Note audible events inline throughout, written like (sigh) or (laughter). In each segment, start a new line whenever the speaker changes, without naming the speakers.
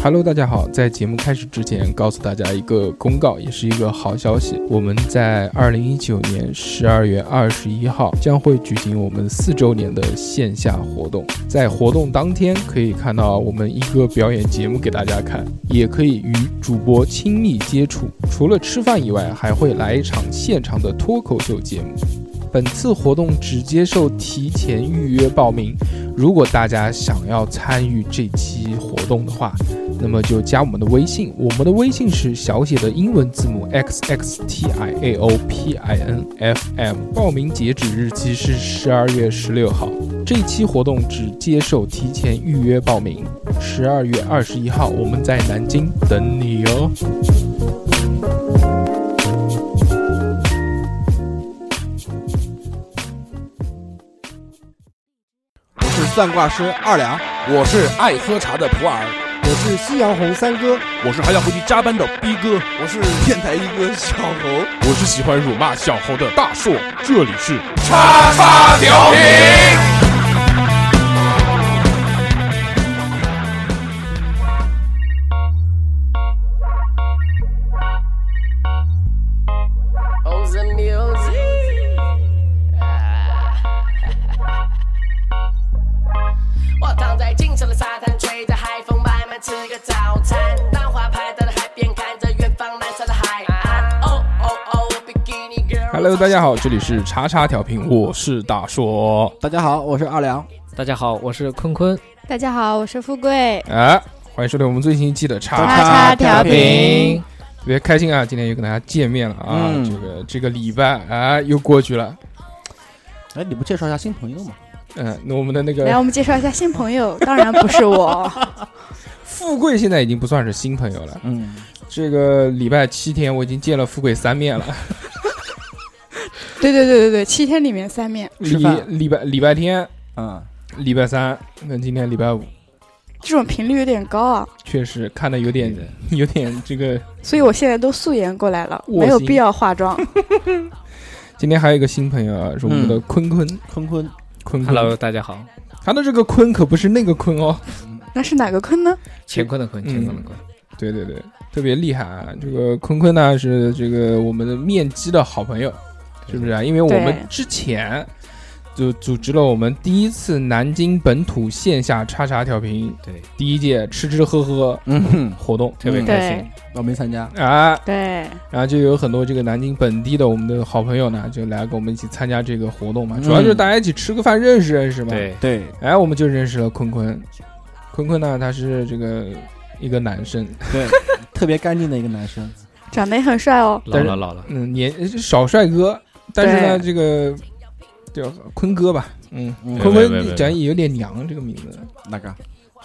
Hello，大家好，在节目开始之前，告诉大家一个公告，也是一个好消息。我们在二零一九年十二月二十一号将会举行我们四周年的线下活动，在活动当天可以看到我们一个表演节目给大家看，也可以与主播亲密接触。除了吃饭以外，还会来一场现场的脱口秀节目。本次活动只接受提前预约报名。如果大家想要参与这期活动的话，那么就加我们的微信，我们的微信是小写的英文字母 x x t i a o p i n f m。报名截止日期是十二月十六号。这期活动只接受提前预约报名。十二月二十一号，我们在南京等你哦。
我是算卦师二两，
我是爱喝茶的普洱，
我是夕阳红三哥，
我是还想回去加班的逼哥，
我是电台一哥小猴。
我是喜欢辱骂小猴的大硕。这里是
Oh, the Ah. music. (laughs) 我躺在清澈的沙滩，吹着海风，慢慢吃个早餐。当花牌的海边，看着远方蓝色的海
啊
岸。哦哦哦，Bikini Girl。
Hello，大家好，这里是叉叉调频，我是大硕。
大家好，我是二两。
大家好，我是坤坤。
大家好，我是富贵。
哎，欢迎收听我们最新一期的叉
叉
叉
调频
调频，
特别开心啊！今天又跟大家见面了啊！
嗯
这个这个礼拜啊又过去了，
哎，你不介绍一下新朋友吗？
嗯、那我们的那
来，
个
我们介绍一下新朋友， (laughs) 当然不是
(laughs)
我，
富贵现在已经不算是新朋友了。
嗯，
这个礼拜七天，我已经见了富贵三面了。
对对对对对，七天里面三面，
礼
吃饭
礼拜礼拜天、
嗯，
礼拜三跟今天礼拜五，
这种频率有点高啊，
确实看的有点 (laughs) 有点这个。
所以我现在都素颜过来了，
我
没有
行
必要化妆。
(laughs) 今天还有一个新朋友啊，是我们的坤坤、
坤坤，
坤坤。
Hello，大家好，
他的这个坤可不是那个坤哦。
那是哪个坤呢？
乾坤的坤，乾坤的坤。
对对对，特别厉害啊！这个坤坤呢是这个我们的面基的好朋友，是不是啊？因为我们
对
之前就组织了我们第一次南京本土线下叉叉调频
对，
第一届吃吃喝喝
嗯哼，
活动
特别
嗯
开心。
我没参加。
啊，
对，
然后就有很多这个南京本地的我们的好朋友呢，就来跟我们一起参加这个活动嘛，主要就是大家一起吃个饭认识认识嘛。，
嗯对，
对，
哎，我们就认识了坤坤，坤坤呢他是这个一个男生，
(laughs) 特别干净的一个男生。
长得也很帅哦。
老了老了，
嗯，年少帅哥，但是呢，这个叫坤哥吧，嗯，
嗯
坤
没没没
坤讲也有点娘这个名字，
那个？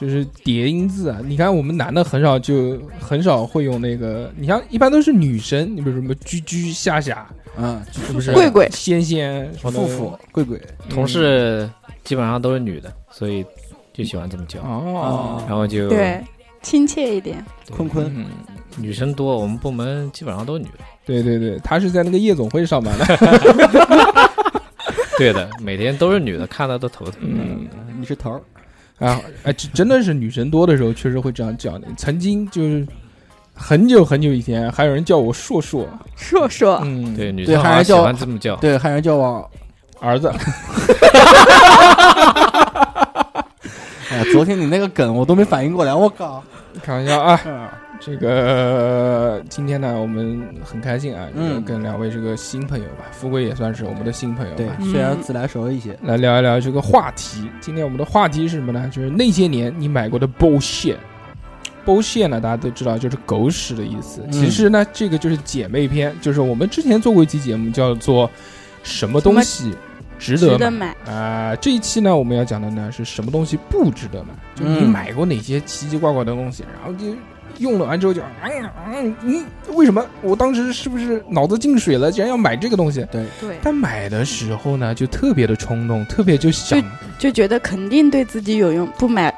就是叠音字啊。你看我们男的很少就很少会用那个，你像一般都是女生，你比如什么居居、夏夏，
嗯，
是不是？
贵贵
仙仙、什么
富富、贵贵，
嗯
同事基本上都是女的，所以就喜欢这么叫。
哦，
然后就
对，亲切一点。
对
坤坤，
嗯，
女生多，我们部门基本上都是女的。
对对对，他是在那个夜总会上班的，
对的，每天都是女的，看的都头疼。
嗯。
你是头儿。
啊，哎，真真的是女生多的时候，确实会这样叫你。曾经就是很久很久以前，还有人叫我硕硕，
硕硕，
嗯，
对，，女生好
还
像
是
喜
叫
欢这么叫。
对，还有人叫我。
儿子， (laughs)
哎呀，昨天你那个梗我都没反应过来，我靠！
开玩笑啊。
嗯
这个今天呢，我们很开心啊，
嗯
嗯，跟两位这个新朋友吧，富贵也算是我们的新朋友
对
吧，，
虽然自来熟一些。
来聊一聊这个话题。今天我们的话题是什么呢？就是那些年你买过的 bullshit。bullshit 呢，大家都知道就是狗屎的意思。
嗯
其实呢，这个就是姐妹篇，就是我们之前做过一期节目，叫做“什么东西值
值
得
得
买”。
买。
啊、这一期呢，我们要讲的呢是什么东西不值得买，就你
嗯
买过哪些奇奇怪怪的东西，然后就用了完之后就，嗯嗯嗯，为什么我当时是不是脑子进水了，竟然要买这个东西？
对，
但买的时候呢，就特别的冲动，特别就想，
就觉得肯定对自己有用，不买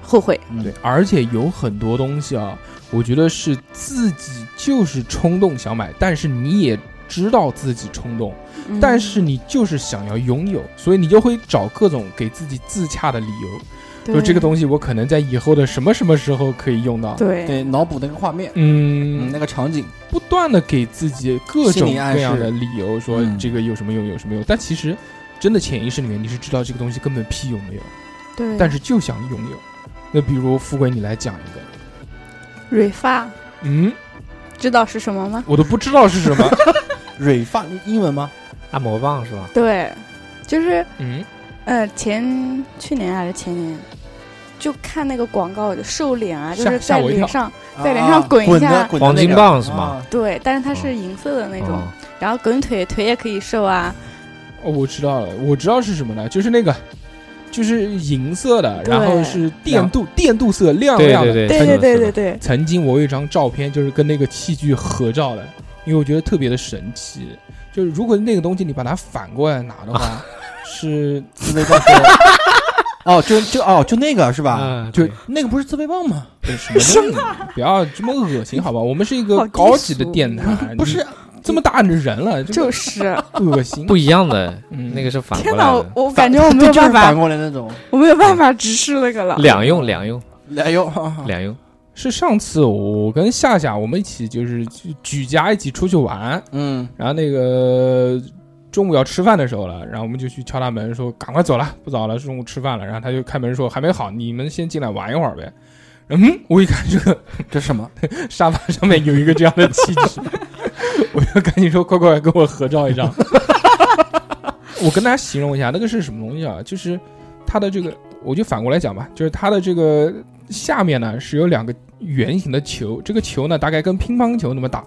后悔。
对，而且有很多东西啊，我觉得是自己就是冲动想买，但是你也知道自己冲动，
嗯
但是你就是想要拥有，所以你就会找各种给自己自洽的理由。就这个
西，
东西我可能在以后的什么什么时候可以用到。
对，
对，脑补那个画面，
嗯，
嗯，那个场景，
不断的给自己各
心
种
理暗
各
示
样的理由，说
嗯
这个有什么用，有什么用。但其实，真的潜意识里面你是知道这个东西根本屁用没有，
对，
嗯
但是就想拥有。那比如富贵，你来讲一个。
蕊发
嗯，
知道是什么吗？
我都不知道是什么。 (laughs)
蕊发英文吗？
按摩棒是吧？
对，就是
嗯，
呃前去年还是前年，就看那个广告瘦脸啊，就
吓
是
吓
在
我一跳
脸上，在脸上滚一
滚
下
的啊滚的
黄
那
金
个
棒是吗？
啊
对，但是它
哦
是银色的那种，
哦
然后滚腿腿也可以瘦啊，
哦，我知道了，我知道是什么了，就是那个，就是银色的，
对
然后是电镀电镀色亮
对
亮
对
的。
对
对对对对，对，
曾经我有一张照片，就是跟那个器具合照的，因为我觉得特别的神奇。就是如果那个东西你把它反过来拿的
(laughs)
话，是
自慰棒是。 (laughs) 哦，就就哦，就那个是吧？
啊，
就
对
那个不是自慰棒吗？
呃什么东 (laughs) 西？不要这么恶心好吧？我们是一
好
个
低
高级的
俗
电
(laughs)
台，
不是，
你这么大的人了，这
就
个 (laughs)
是
恶心。
不一样的，
嗯
那个是反
天
过
哪，
来
我
的，
我感觉我没
(laughs)
对
有
就是
办
反
法，
过来那种。
我没有办法直视那个了。
两用两用
哎 (laughs) 呦，
两用，
是上次我跟夏夏我们一起就是举举家一起出去玩，
嗯，
然后那个中午要吃饭的时候了，然后我们就去敲他门说赶快走了，不早了，中午吃饭了。然后他就开门说还没好，你们先进来玩一会儿呗。嗯，我一看这个
这什么？
沙发上面有一个这样的气 (laughs) 质，我就赶紧说快快跟我合照一张。 (laughs) 我跟大家形容一下，那个是什么东西啊？就是它的这个，我就反过来讲吧，就是它的这个下面呢是有两个圆形的球，这个球呢大概跟乒乓球那么大，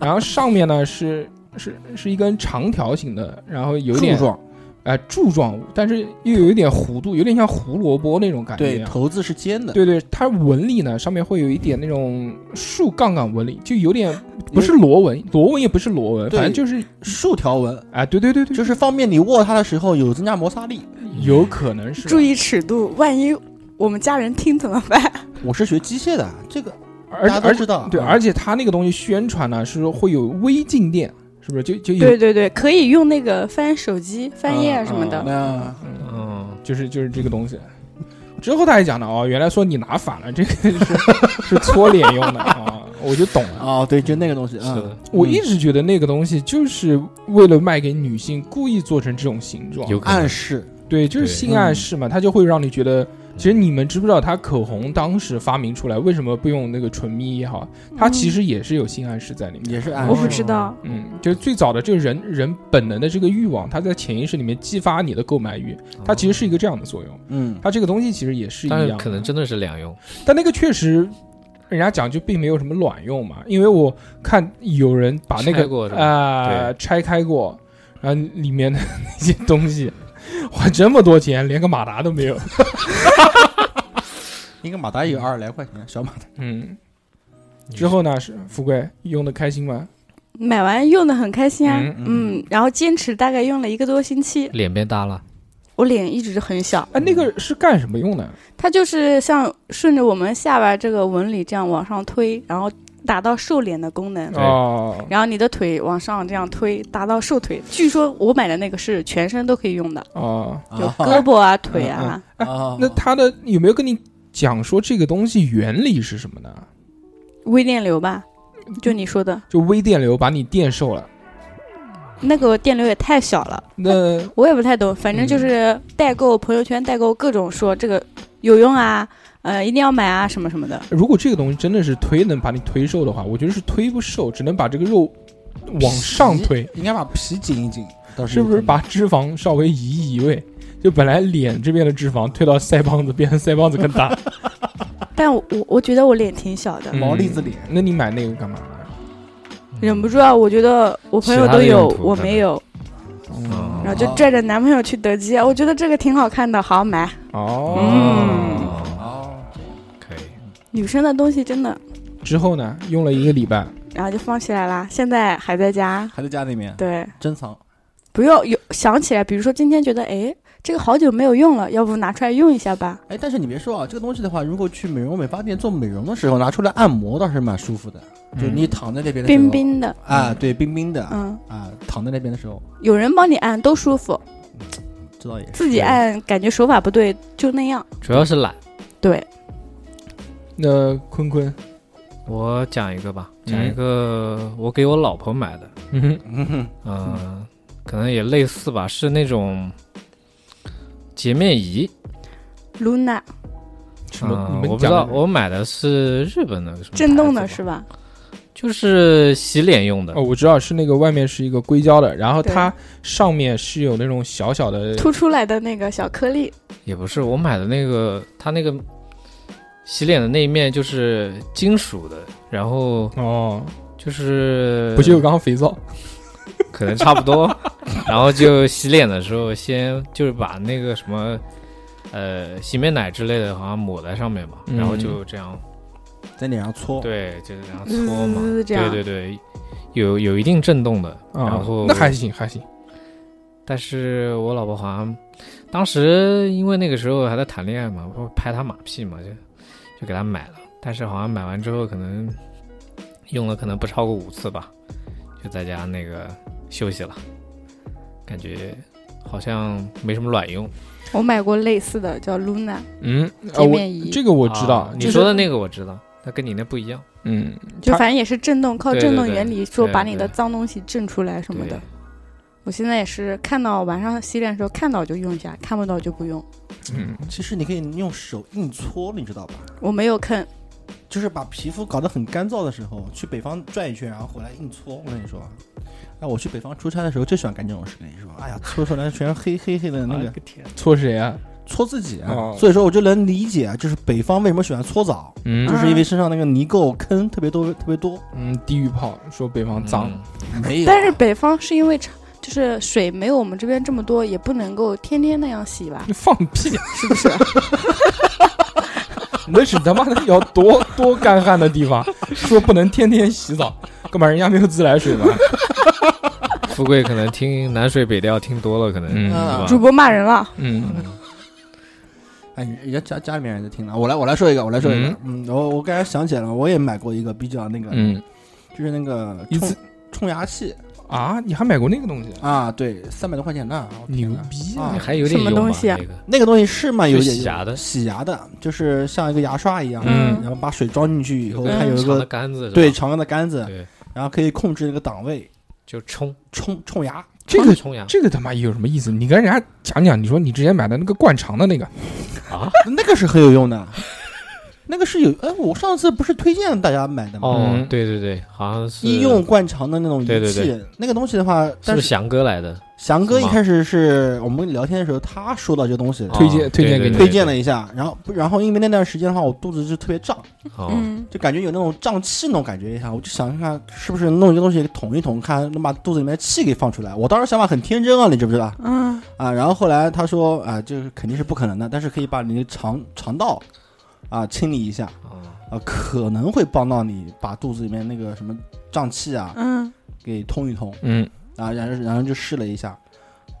然后上面呢是是是一根长条形的，然后有点
柱状，
哎、柱状物，但是又有一点弧度，有点像胡萝卜那种感觉一啊
对，
样。
头子是尖的，
对对，它纹理呢上面会有一点那种竖杠杠纹理，就有点不是螺纹，螺纹也不是螺纹，
对
反正就是
竖条纹，
啊，对对对对，
就是方便你握它的时候有增加摩擦力。
有可能是
注。意尺度，万一我们家人听怎么
(laughs) 嗯
办？
我是学机械的，这个
而
大
且
家
而
都
且
知道。嗯啊
对，而且它那个东西宣传呢是说会有微静电，是不是？就就有
对对对，可以用那个翻手机、翻页啊什么的。
嗯
那
嗯，
就是就是这个东西。之后他还讲呢，哦，原来说你拿反了，这个是是搓脸用的啊，我就懂了。
哦，对，就那个东西，
是
嗯，
的，
我一直觉得那个东西就是为了卖给女性，故意做成这种形状，
有可能
暗示
对，就是
对嗯
性暗示嘛，它就会让你觉得，其实你们知不知道，它口红当时发明出来，为什么不用那个唇蜜也好，它其实也是有性暗示在里面。
也是暗
我
示
不知道，
嗯，就是最早的就是人人本能的这个欲望，它在潜意识里面激发你的购买欲，它其实是一个这样的作用。
嗯，
它这个东西其实也是一
但是
样，啊
可能真的是两用，
但那个确实。人家讲就并没有什么卵用嘛，因为我看有人把那
拆
个
过是吧
啊拆开过，然后里面的 (laughs) 那些东西花这么多钱，连个马达都没有。
一个马达也有二十来块钱，小马达。
嗯，之后呢是富贵用的开心吗？
买完用的很开心啊，
嗯
嗯，然后坚持大概用了一个多星期，
脸变大了，
我脸一直很小，
哎，那个是干什么用的？
它就是像顺着我们下巴这个纹理这样往上推，然后达到瘦脸的功能。
对
哦，
然后你的腿往上这样推，达到瘦腿。据说我买的那个是全身都可以用的，
哦，
有
啊
胳膊
嗯
啊、腿啊。
啊，
那他的有没有跟你讲说这个东西原理是什么呢？
微电流吧，就你说的
就微电流把你电瘦了，
那个电流也太小了，
那
我也不太懂。反正
嗯
就是代购、朋友圈代购各种说这个有用啊，呃，一定要买啊，什么什么的。
如果这个东西真的是推能把你推瘦的话，我觉得是推不瘦，只能把这个肉往上推，
应该把皮紧一紧，倒
是不是把脂肪稍微移移位？就本来脸这边的脂肪推到腮帮子，变成腮帮子更大。
但我我我觉得我脸挺小的，
嗯
毛栗子脸？
那你买那个干嘛？
忍不住啊。我觉得我朋友都
其他的
有
用，途
我没有，
哦
嗯，
然后就拽着男朋友去德基啊。我觉得这个挺好看的，好买。
哦，
哦，
哦，
可以，
女生的东西真的，
之后呢，用了一个礼拜，
然后就放起来啦。现在还在家，
还在家里面
对。
珍藏。
不用有想起来，比如说今天觉得，哎，这个好久没有用了，要不拿出来用一下吧？
哎，但是你别说啊，这个东西的话，如果去美容美发店做美容的时候拿出来按摩，倒是蛮舒服的。就你
嗯
躺在那边的时候，
冰冰的，
啊，对，冰冰的
嗯，
啊，躺在那边的时候，
有人帮你按都舒服。
这倒也是
自己按感觉手法不对就那样。
主要是懒。
对，
那坤坤，
我讲一个吧，
嗯
讲一个我给我老婆买的，
嗯哼，
嗯哼，
嗯、可能也类似吧，是那种洁面仪。
Luna
什么？
嗯，
你们
我不知
讲
道，
的
我买的是日本的什么
震动的
牌子吧
是吧？
就是洗脸用的
哦，，我知道是那个外面是一个硅胶的，然后
对
它上面是有那种小小的，
凸出来的那个小颗粒，
也不是我买的那个，它那个洗脸的那一面就是金属的，然后
哦，
就是
不锈钢肥皂，
可能差不多。 (laughs) 然后就洗脸的时候，先就是把那个什么，呃，洗面奶之类的，好像抹在上面嘛，
嗯哦
然后就这样，
在脸上搓，
对，就是这样搓嘛，
滋这样
对对对，有有一定震动的。
啊
然后
那还行还行，
但是我老婆好像当时因为那个时候还在谈恋爱嘛，不是拍她马屁嘛，就就给她买了。但是好像买完之后，可能用了可能不超过五次吧，就在家那个休息了，感觉好像没什么卵用。
我买过类似的叫 Luna
嗯，啊，
洁
我
面仪，
这个我知道，
啊你
就是
说的那个我知道，它跟你那不一样。
嗯，
就
它
反正也是震动，靠
对
震
对
动
对
原理说
对
把你
对
的脏东西震出来什么的
对。，
我现在也是看到晚上洗脸的时候看到就用一下，看不到就不用。
嗯，
其实你可以用手硬搓，你知道吧？
我没有坑，
就是把皮肤搞得很干燥的时候，去北方转一圈，然后回来硬搓。我跟你说，哎，我去北方出差的时候就喜欢干这种事。跟你说，哎呀，搓出来全是黑黑黑的那个，
天，
搓谁啊？
搓自己啊。
哦
所以说，我就能理解，啊就是北方为什么喜欢搓澡，
嗯
就。是因为身上那个泥垢坑特别多，特别多。
嗯，地狱炮说北方啊脏，，
嗯
没有啊
但是北方是因为长就是水没有我们这边这么多，也不能够天天那样洗吧
放屁！啊
是不是？啊
(laughs) 那是他妈的要多多干旱的地方，说不能天天洗澡，干嘛人家没有自来水吗？
富贵可能听南水北调听多了，可能
嗯
是吧
主播骂人了，
嗯，
哎，人家家家里面人在听呢。我来，我来说一个，我来说一个。嗯，我我刚才想起来了，我也买过一个比较那个，
嗯
就是那个
一
冲
次
冲牙器
啊，你还买过那个东西？
啊，对，三百多块钱的，我
牛
天哪
逼
啊
还有点
什么
用
东
吧？
西啊
那个
那个东西是蛮有
是
点
洗牙的
洗牙的，就是像一个牙刷一样，
嗯
然后把水装进去以后，
嗯
它有一
长的
个
杆子，
对，长杆的杆子，
对，
然后可以控制那个档位，
就冲
冲冲牙。
这
啊
个
冲牙
这个他妈有什么意思？你跟人家讲讲，你说你之前买的那个灌肠的那个，
啊，
那个是很有
(laughs)
用的，那个是有，哎，我上次不是推荐大家买的吗？
哦
嗯，
对对对，好像是
医用灌肠的那种仪器，
对对对
那个东西的话，
是
但
不
是
是翔哥来的？
翔哥
是
一
吗
开始是我们聊天的时候，他说到这个东西的，
推荐
哦
推荐
对对
给你
对
推荐了一下，然后不然后因为那段时间的话，我肚子就特别胀，
哦，
嗯，
就感觉有那种胀气那种感觉一下，我就想看是不是弄一个东西捅一捅，看能把肚子里面的气给放出来。我当时想法很天真啊，你知不知道？
嗯，
啊，然后后来他说啊，这个肯定是不可能的，但是可以把你的肠肠道啊清理一下
哦
啊，可能会帮到你把肚子里面那个什么胀气啊
嗯，
给通一通。
嗯，
啊，然后然后就试了一下，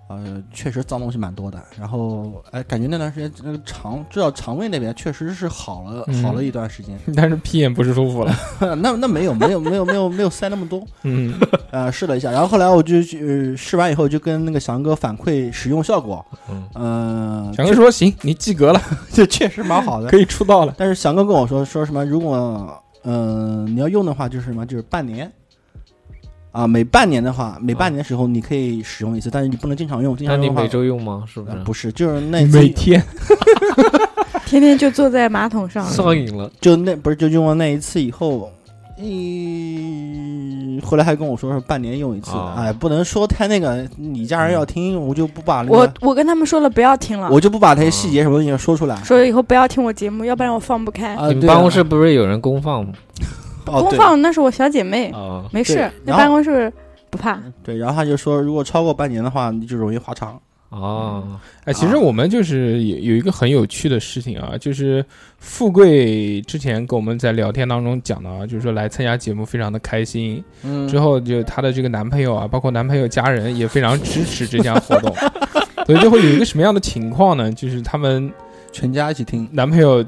呃，确实脏东西蛮多的。然后哎，感觉那段时间那个肠，至少肠胃那边确实是好了，好了
嗯
一段时间。
(laughs) 但是屁眼不是舒服
(laughs)
了。
那那没有没有没有没有没有塞那么多，
嗯
呃，试了一下。然后后来我就去、呃试完以后，就跟那个翔哥反馈使用效果，
嗯
嗯，
强哥说行，你及格了，
(laughs) 这确实蛮好的。
可以出道了。
但是翔哥跟我说说什么，如果嗯、呃你要用的话，就是什么，就是半年。啊，每半年的话，每半年的时候你可以使用一次，但是你不能经常用。经
那
常
你
用的话
每周用吗？是不
呃
是？
不是，就是那次
每天
天天就坐在马桶上，
上瘾了，
就那不是就用了那一次以后，嗯，后来还跟我说是半年用一次，
啊嗯
哎，不能说太那个，你家人要听，我就不把那
我
个，
我跟他们说了不要听了，
我就不把那
啊
些细节什么东西说出来。
说以后不要听我节目，要不然我放不开。
啊，
你们
对啊
办公室不是有人公放吗？
哦
公
对
放那是我小姐妹，
哦，
没事
对，
那
然后嗯
办公室不怕。
对，然后他就说，如果超过半年的话，你就容易滑肠。
哦，
哎，其实
啊
我们就是有有一个很有趣的事情啊，就是富贵之前跟我们在聊天当中讲的啊，就是说来参加节目非常的开心，
嗯
之后就她的这个男朋友啊，包括男朋友家人也非常支持这项活动， (laughs) 所以就会有一个什么样的情况呢？就是他们
全家一起听，
(laughs)
男朋友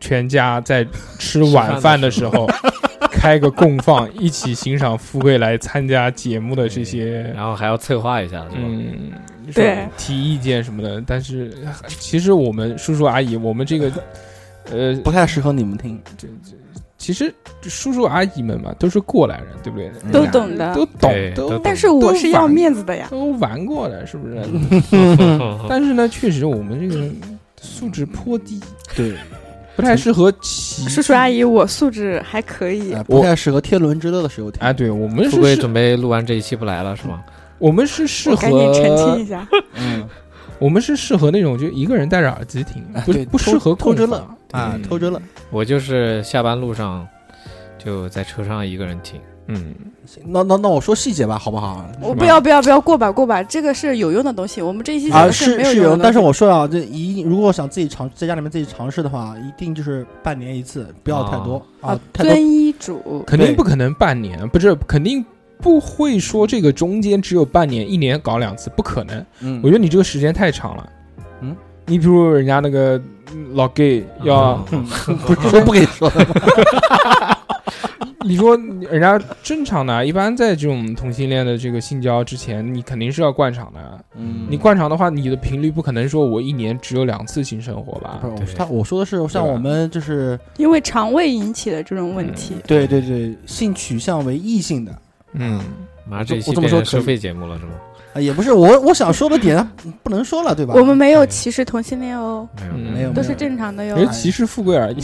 全家在吃晚饭的时候，开个共放，一起欣赏富贵来参加节目的这些，
然后还要策划一下，是吧？
嗯，
对，
提意见什么的。但是其实我们叔叔阿姨，我们这个，呃，
不太适合你们听。
其实叔叔阿姨们嘛，都是过来人，对不对？嗯
都懂的
都懂，
对都
都
懂
但是我是要面子的呀。
都玩过了，是不是？
嗯
(laughs)
(laughs)
但是呢，确实我们这个素质颇低，
对，
不太适合骑
叔叔阿姨，我素质还可以
啊，，不太适合天伦之乐的时候听
哎
啊。。对我们
富贵
是适，
准备录完这一期不来了是吗？
我们是适
我赶紧澄清
合
一，下。
嗯
我们是适合那种就一个人戴着耳机听
哎，
不
对
不
偷
适合
偷着
共
乐
放。
啊，
对
偷着乐。
我就是下班路上就在车上一个人听，
嗯，
那那那我说细节吧，好不好？
我不要不要不要过吧过吧，这个是有用的东西。我们这一期讲
啊，
的没有
是
用的
有，
东西
但是我说啊，这一定如果想自己尝在家里面自己尝试的话，一定就是半年一次，不要太多啊
啊，，
太多
遵医嘱，
肯定
对
不可能半年，不是肯定。不会说这个中间只有半年、一年搞两次，不可能。
嗯
我觉得你这个时间太长了。
嗯，啊
你比如人家那个嗯老 gay 要
哦
嗯 (laughs) 不是说不给说的吗，
你说人家正常的，一般在这种同性恋的这个性交之前，你肯定是要灌肠的。
(laughs) 嗯
你灌肠的话，你的频率不可能说我一年只有两次性生活吧
不？是我
对
说他我说的是像我们就是
因为肠胃引起的这种问题。
对对对性取向为异性的
嗯，
马上这一期
我这
变
么说
成
可以
收费节目了是吗？
啊，也不是我我想说的点不能说了，对吧？
我们没有
对
歧视同性恋哦，
没有
嗯
没
没
有，
有
都是
这
正常的哟
因。为歧视富贵而已。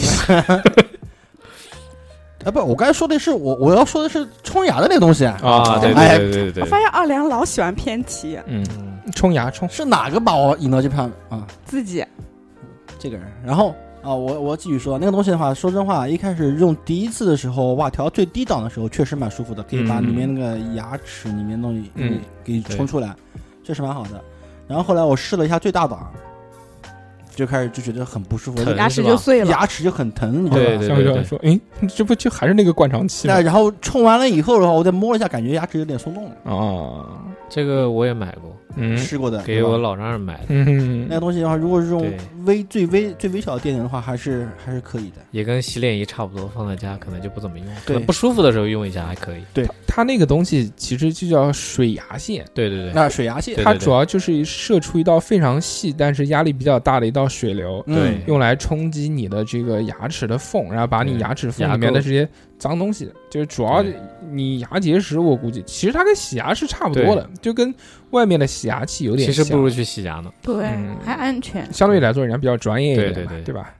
啊，不，我刚才说的是我我要说的是冲牙的那个东西啊，
啊
哦对
哎
对对对
我
对
发，现奥良老喜欢偏题，
嗯，
嗯
冲牙冲，
是哪个把我引到这上啊？
自己
这个人。然后啊，我我继续说那个东西的话，说真话，一开始用第一次的时候，哇，调最低档的时候确实蛮舒服的，可以把
嗯
里面那个牙齿里面东西
嗯
给给冲出来，确实蛮好的。然后后来我试了一下最大档，就开始就觉得很不舒服，
疼
牙齿就碎了。
牙齿就很疼，你知道
对
吧？
对
像不
对对
像说，诶，这不就还是那个灌肠器吗
那？然后冲完了以后的话，我再摸了一下，感觉牙齿有点松动了，
啊，
这个我也买过，
嗯
试过的。
给
对吧
我老丈人买的，
嗯
那个东西的话，如果是用
对
微最微最微小的电源的话，还是还是可以的。
也跟洗脸仪差不多，放在家可能就不怎么用，可
对
能不舒服的时候用一下还可以。
它那个东西其实就叫水牙线，
对对对
那水牙线
对，
它主要就是射出一道非常细但是压力比较大的一道水流，
对
嗯，
用来冲击你的这个牙齿的缝，然后把你
对
牙齿缝
牙
里面的
垢
这些脏东西，就是主要
嗯对
你牙结石，我估计其实它跟洗牙是差不多的，就跟外面的洗牙器有点
其
像，
实不如去洗牙呢。
对
嗯，
还安全。
相对来说人家比较专业一点嘛，
对对对
吧？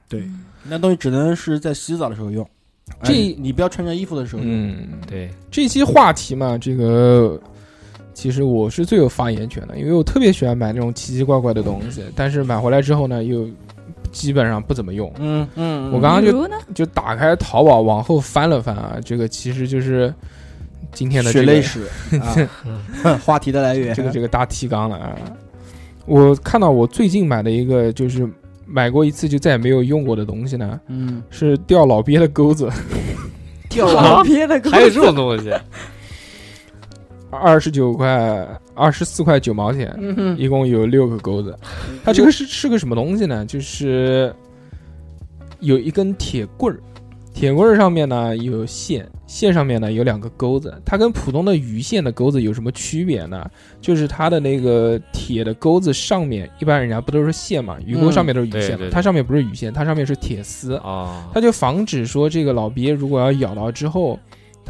那东西只能是在洗澡的时候用，
这
哎你你不要穿着衣服的时候用。
嗯， (laughs)
对，
这期话题嘛，这个其实我是最有发言权的，因为我特别喜欢买那种奇奇怪怪的东西，但是买回来之后呢，又基本上不怎么用。
嗯嗯
我刚刚
比
就
如呢，
就打开淘宝往后翻了翻啊，这个其实就是今天的这
血
个
泪
(laughs)
史啊， (laughs) 话题的来源
这个这个大提纲了啊。我看到我最近买的一个就是买过一次就再也没有用过的东西呢，
嗯，
是钓老鳖的钩子，
跳老鳖的歌
还有这种
(laughs)
东西，
二十九块二十四块九毛钱，一共有六个钩子。它这个是是个什么东西呢？就是有一根铁棍儿，铁棍儿上面呢有线，线上面呢有两个钩子。它跟普通的鱼线的钩子有什么区别呢？就是它的那个铁的钩子上面，一般人家不都是线嘛，鱼钩上面都是鱼线嘛，
对对对
它上面不是鱼线，它上面是铁丝，
哦，
它就防止说这个老鳖如果要咬到之后。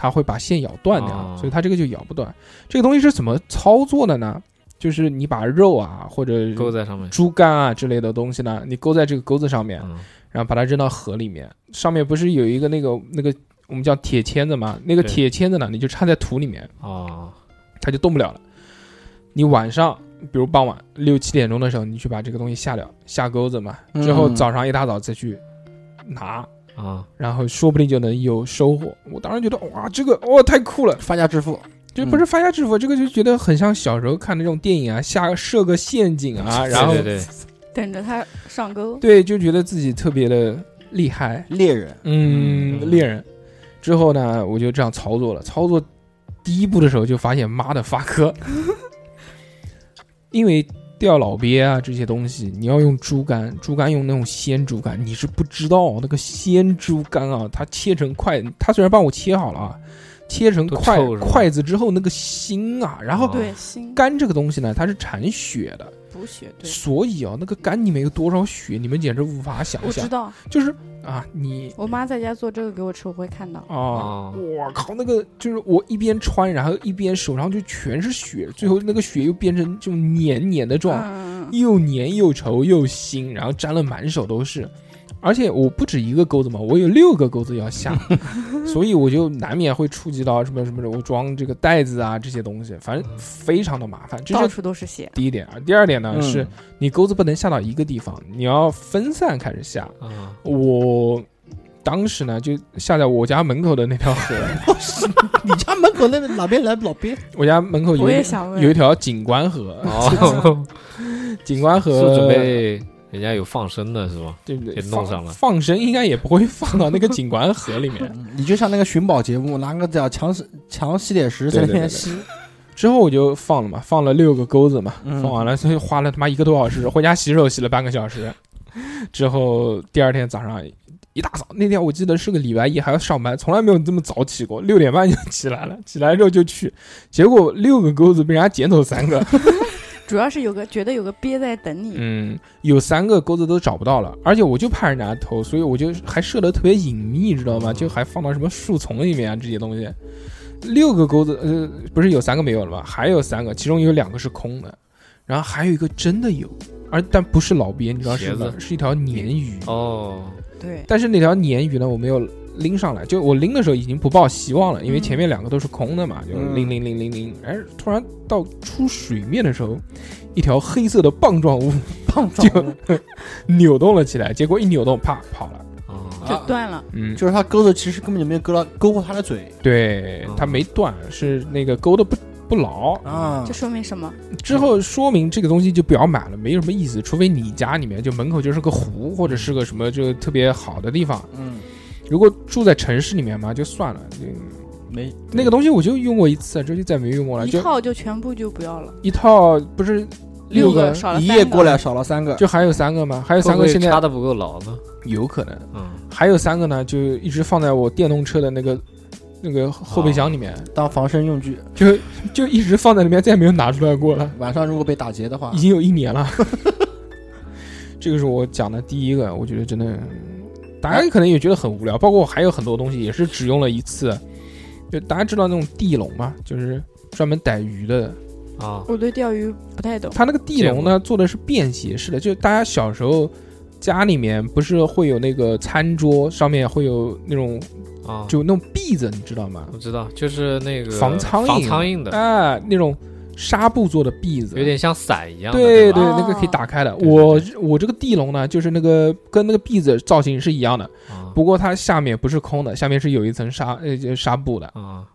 它会把线咬断掉，
哦
所以它这个就咬不断。这个东西是怎么操作的呢？就是你把肉啊，或者是
勾在上面。
猪肝啊之类的东西呢，你勾在这个钩子上面，
嗯，
然后把它扔到河里面。上面不是有一个那个那个我们叫铁签子嘛？那个
对
铁签子呢，你就插在土里面，
哦，
它就动不了了。你晚上，比如傍晚六七点钟的时候，你去把这个东西下掉，下钩子嘛，
嗯
之后早上一大早再去拿，
啊，
然后说不定就能有收获。我当时觉得哇，这个哇太酷了，
发家致富，
就
嗯
不是发家致富，这个就觉得很像小时候看那种电影啊，下设个陷阱啊，然后
(laughs) 对对对，
等着他上钩。
对，就觉得自己特别的厉害，
猎人
嗯，猎人。之后呢，我就这样操作了。操作 (laughs) 第一步的时候就发现，妈的发科，因为钓老鳖啊这些东西，你要用猪肝，猪肝用那种鲜猪肝，你是不知道那个鲜猪肝啊，它切成块，它虽然帮我切好了啊，切成
都
筷
臭是吧
筷子之后那个心啊，然后
哦
对，心
肝这个东西呢，它是产血的，
补血，对，
所以啊，那个肝里面有多少血，你们简直无法想
我知
象。
道，
就是啊，你
我妈在家做这个给我吃，我会看到。
啊，
哦，
我靠，那个就是我一边穿，然后一边手上就全是血，最后那个血又变成这种黏黏的状，
嗯，
又黏又稠又腥，然后沾了满手都是。而且我不止一个钩子嘛，我有六个钩子要
(laughs)
下，所以我就难免会触及到什么什么的，我装这个袋子啊这些东西，反正非常的麻烦。这
到
是
处都是血，
第一点啊。第二点呢、
嗯
是，你钩子不能下到一个地方，你要分散开始下。 (laughs)
啊，
我当时呢就下在我家门口的那条河，
你家门口那个哪边来老
(laughs)
鳖？
我家门口有
我也
一
想
有一
问，
条景观河，
哦，
(laughs) 景观
是不
河
是准备人家有放生的是吧？
对不对
给弄上了
放放生应该也不会放到那个景观河里
(laughs)
面。
你就像那个寻宝节目，拿个叫强强吸铁石在那边吸，
之后我就放了嘛，放了六个钩子嘛，
嗯
放完了，所以花了他妈一个多小时，回家洗手洗了半个小时。之后第二天早上一大早，那天我记得是个礼拜一，还要上班，从来没有这么早起过，六点半就起来了。起来之后就去，结果六个钩子被人家捡走三个，
主要是有个觉得有个鳖在等你，
嗯，有三个钩子都找不到了，而且我就怕人家偷，所以我就还设得特别隐秘，知
嗯
道吗？就还放到什么树丛里面啊这些东西。六个钩子，呃，不是有三个没有了吗？还有三个，其中有两个是空的，然后还有一个真的有，而但不是老鳖，你知道是什
鞋
么？
子
是一条鲶鱼。
哦，
对，
但是那条鲶鱼呢，我没有拎上来，就我拎的时候已经不抱希望了，因
嗯
为前面两个都是空的嘛，就拎拎拎拎拎，哎，突然到出水面的时候，一条黑色的棒状物
棒
就
撞。
扭动了起来，结果一扭动，啪跑了。
哦，
就断了，
嗯，
啊就是他钩子其实根本就没有勾到勾过他的嘴
对，它没断，是那个勾的不不牢。
啊
这说明什么？
之后说明这个东西就不要买了，没有什么意思，除非你家里面就门口就是个湖或者是个什么就特别好的地方。
嗯，
如果住在城市里面嘛，就算了。就
没
那个东西我就用过一次，这就再没用过了。
一
就
套就全部就不要了，
一套不是
六
个，
少了
一
三
夜
个，
过来少了三个，
就还有三个吗？还有
会
三
不
个
会
现在
插的不够牢呢？
有可能，
嗯，
还有三个呢，就一直放在我电动车的那个那个后备箱里面。
当防身用具。
就就一直放在里面，再也没有拿出来过了，
晚上如果被打劫的话
啊
已，经有一年了。 (laughs) 这个是我讲的第一个，我觉得真的，大家可能也觉得很无聊。包括我还有很多东西也是只用了一次，就大家知道那种地笼嘛，就是专门逮鱼的。
啊，
我对钓鱼不太懂，
它那个地笼呢做的是便携式的，就大家小时候家里面不是会有那个餐桌上面会有那种
啊，
就那种篦子，你知道吗？
我知道，就是那个
防苍蝇
防苍蝇的，
啊，那种纱布做的篦子，
有点像伞一样的，
对
吧？
吧
那个可以
哦
打开的。
对对
我我这个地笼呢，就是那个跟那个篦子造型是一样的，
啊
不过它下面不是空的，下面是有一层纱呃就纱布的
啊，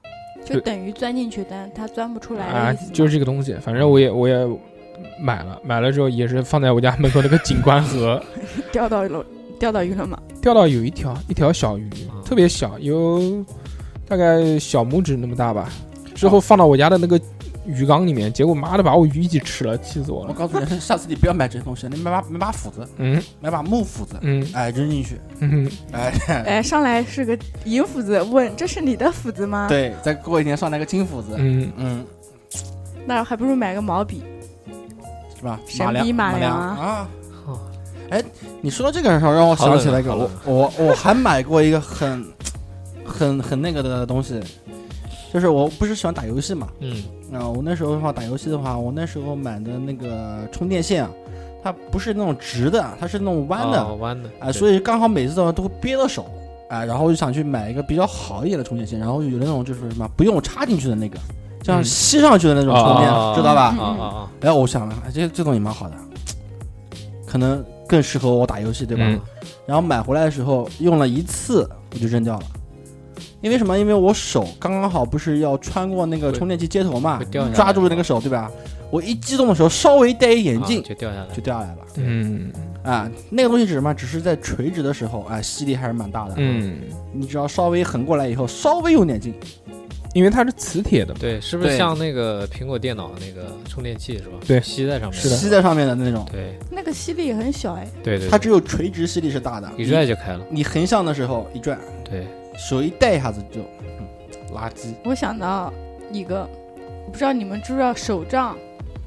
就等于钻进去，但它钻不出来
啊
的意思，嘛。
就是这个东西。反正我也我也买了，买了之后也是放在我家门口那个景观河，
钓到了，钓到鱼了嘛？
钓到有一条一条小鱼
嗯，
特别小，有大概小拇指那么大吧。之后放到我家的那个鱼缸里面，结果妈的把我鱼一起吃了，气死我
我
哦
了。
告诉你，下次你不要买这些东西，你买把买把斧子，
嗯
买把木斧子，
嗯
哎，扔进去，
嗯，
哎，
哎，上来是个银斧子，问这是你的斧子吗？，
(laughs) 对，再过一年上来个金斧子，
嗯，
嗯，
那还不如买个毛笔。
是吧？
神
马良，
笔马
良
良啊
啊
哦。
哎，你说到这个时候，让我想起来一个，
好冷
我
啊
我我还买过一个很、很、很那个的东西，就是我不是喜欢打游戏嘛，
嗯，
啊、我那时候的话打游戏的话，我那时候买的那个充电线啊，它不是那种直的，啊它是那种弯的，
哦弯的，
啊，所以刚好每次的话都会憋到手，啊，然后我就想去买一个比较好一点的充电线，然后有那种就是什么不用插进去的那个，这样
嗯
吸上去的那种充电，
哦
知道吧？
啊啊啊，
哎，我想了，哎这这东西蛮好的，可能更适合我打游戏，对吧？
嗯
然后买回来的时候用了一次，我就扔掉了。因为什么？因为我手刚刚好不是要穿过那个
会
充电器接头嘛
会掉下，来
抓住那个手，对吧？我一激动的时候稍微戴一眼
啊
镜、
就掉下来
就，掉下来了。
嗯
啊，那个东西是什么？只是在垂直的哎时候，啊，吸力还是蛮大的。，
嗯，
你只要稍微横过来以后，稍微用点劲，
因为它是磁铁的嘛，
对，是不是
对
像那个苹果电脑那个充电器是吧？
对
吸在上面。
是的
吸在上面的那种，
对
那个吸力很小哎，
对对，
它
对
只有垂直吸力是大的，
一拽就开了。
你横向的时候一转，
对，
手一带一下子就，嗯垃圾。
我想到一个，我不知道你们知不知道手账、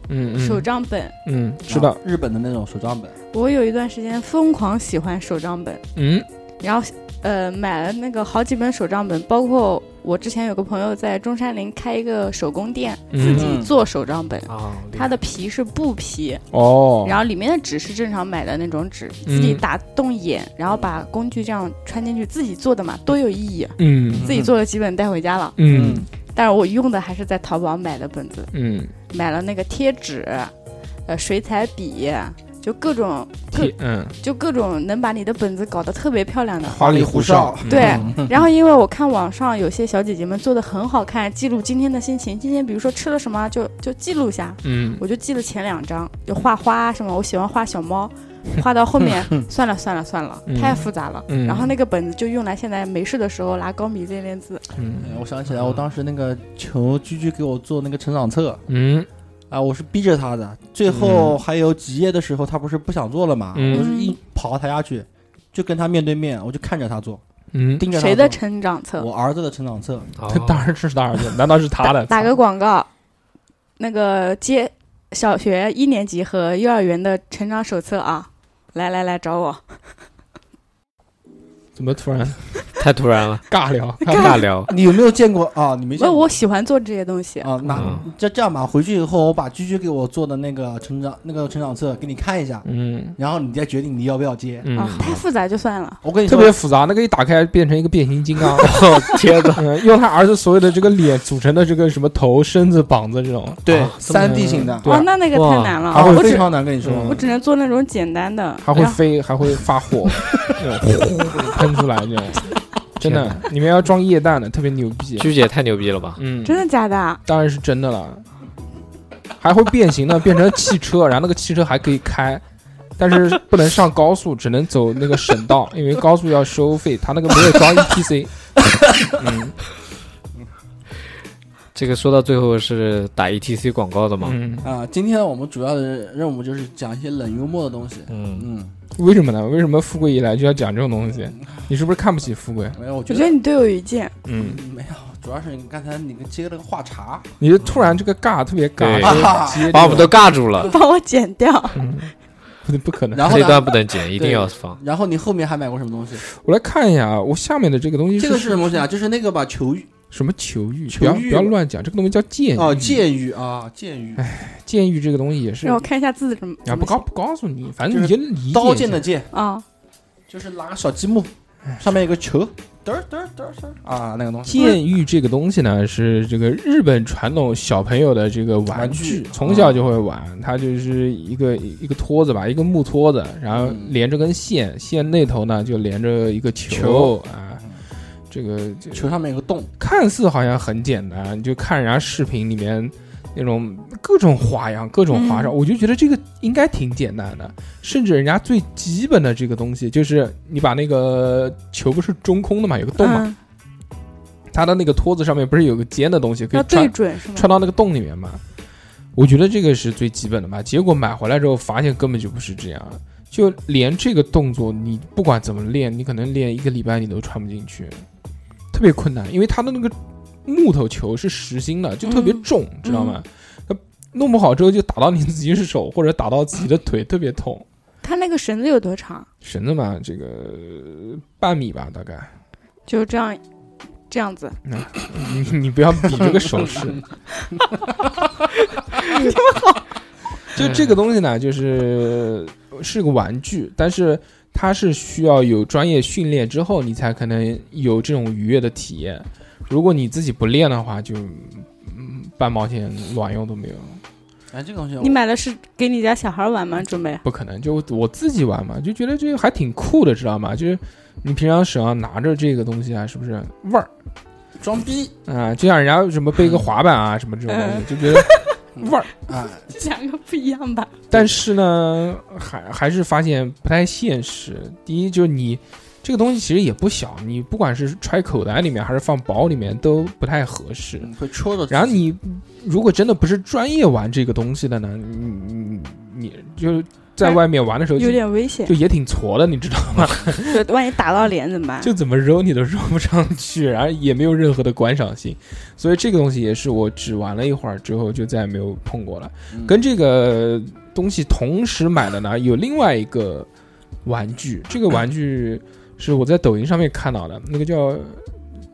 嗯
手
嗯
账本，
嗯，知道
啊，日本的那种手账本，
我有一段时间疯狂喜欢手账本，
嗯
然后呃买了那个好几本手账本，包括我之前有个朋友在中山陵开一个手工店，自
嗯
己做手账本，
啊，厉害
它的皮是布皮，
哦，
然后里面的纸是正常买的那种纸，
嗯
自己打洞眼，然后把工具这样穿进去，自己做的嘛，多有意义！
嗯
自己做了几本带回家了，
嗯
但是我用的还是在淘宝买的本子，
嗯，
买了那个贴纸，呃，水彩笔。就各种
贴嗯
就各种能把你的本子搞得特别漂亮的，
花里胡哨，
对。
(laughs)
然后因为我看网上有些小姐姐们做的很好看，记录今天的心情，今天比如说吃了什么就就记录一下，
嗯
我就记了前两张，就画花啊什么，我喜欢画
(laughs)
小猫，画到后面算了算了算了，
嗯
太复杂了。
嗯
然后那个本子就用来现在没事的时候拿钢笔练练字。
哎
嗯
我想起来，我当时那个求居居给我做那个成长册
嗯
啊，我是逼着他的。最后还有几页的时候，他不是不想做了嘛，
嗯
我是一跑到他家去，就跟他面对面，我就看着他做，
嗯，
盯着他做
谁的成长册？
我儿子的成长册，
哦
他当然是他儿子，难道是他的？
打个广告，那个接小学一年级和幼儿园的成长手册啊，来来来找我。
怎么突然
太突然了，
(laughs) 尬聊？
尬聊。
你有没有见过啊？你没见
那
过
我喜欢做这些东西，
啊？那
嗯
这这样吧，回去以后我把居居给我做的那个成长那个成长册给你看一下，
嗯
然后你再决定你要不要接。
嗯
啊，，太复杂就算了。
我跟你
特
说，
别复杂，那个一打开变成一个变形金 (laughs) 刚，天呐！嗯，用他儿子所有的这个脸组成的这个什么头、身子、膀子这种，嗯
对
啊这么
三 D 型的，
对
哦，那那个
哇
太难了，哦
还
我
会非
只
常难跟你说。
嗯
我只能做那种简单的，
还会
然后
飞，还会发火，那种喷出来那种，真
天
的，你们要装液氮的，特别牛逼。
鞠姐太牛逼了吧？
嗯，
真的假的啊？
当然是真的了，还会变形的，变成汽车，然后那个汽车还可以开，但是不能上高速，只能走那个省道，因为高速要收费，他那个没有装 ETC。嗯
这个说到最后是打 ETC 广告的嘛？
嗯，
啊，今天我们主要的任务就是讲一些冷幽默的东西。
嗯，
嗯，
为什么呢？为什么富贵一来就要讲这种东西？你是不是看不起富贵？
没有，我
我
觉
觉得
得
你对我有意见，
嗯，
没有，主要是你刚才你跟接了个话茬，啊
你就突然这个尬特别尬
对，
就哎
嗯 (laughs)
接
把我们都尬住了，
帮我剪掉。
不不可能。
然后
这
呢
段，不能
(laughs)
剪，一定要放。
然后你后面还买过什么东西？
我来看一下啊，我下面的这个东西
这个是什么东西啊？就是那个吧，球浴
什么球浴？
球
不要不
浴
要乱讲，这个东西叫剑
哦，
浴
剑浴啊，剑浴，
剑浴这个东西也是
让我看一下字怎么
啊，
怎
不
么
告
写
不告诉你，反正你就理解一下
刀剑的剑，
啊？
就是拿个小积木，上面有个球，嘚儿嘚儿嘚儿嘚儿啊，那个东西。
剑玉这个东西呢，是这个日本传统小朋友的这个玩
玩
具
具，嗯
从小就会玩。它就是一个一个托子吧，一个木托子，然后
嗯
连着根线，线那头呢就连着一个球
球嗯
啊。这个就
球上面有个洞，
看似好像很简单，你就看人家视频里面那种各种花样、各种花哨，
嗯
我就觉得这个应该挺简单的。甚至人家最基本的这个东西，就是你把那个球不是中空的嘛，有个洞嘛，
嗯，
它的那个托子上面不是有个尖的东西，可以
要啊对
穿
准是吗？
穿到那个洞里面嘛。我觉得这个是最基本的嘛。结果买回来之后发现根本就不是这样，啊就连这个动作你不管怎么练，你可能练一个礼拜你都穿不进去，特别困难，因为它的那个木头球是实心的，就特别
嗯
重，知道吗？那弄不好之后就打到你自己手或者打到自己的腿，特别痛。
它那个绳子有多长？
绳子嘛，这个半米吧，大概。
就这样，这样子，
(laughs) 你你不要比这个手势。就这个东西呢，就是是个玩具，但是它是需要有专业训练之后，你才可能有这种愉悦的体验。如果你自己不练的话，就嗯半毛钱卵用都没有，
哎，这个东西我
你买的是给你家小孩玩吗？准备？啊
不可能。就我自己玩嘛，就觉得这个还挺酷的，知道吗？就是你平常手上拿着这个东西啊，是不是味儿？
装逼
啊，就像人家什么背个滑板啊，什么这种东西，就觉得 (laughs) 味儿。
啊，
这 (laughs) 两个不一样吧？
但是呢，还还是发现不太现实。第一，就是你这个东西其实也不小，你不管是揣口袋里面还是放包里面都不太合适。
嗯会戳着自己。
然后你如果真的不是专业玩这个东西的呢，你你你你就在外面玩的时候就
有点危险
就，也挺挫的，你知道吗？
就万一打到脸怎么办？
就怎么揉你都揉不上去，然后也没有任何的观赏性，所以这个东西也是我只玩了一会儿之后就再也没有碰过了。
嗯
跟这个东西同时买的呢，有另外一个玩具，这个玩具是我在抖音上面看到的，那个叫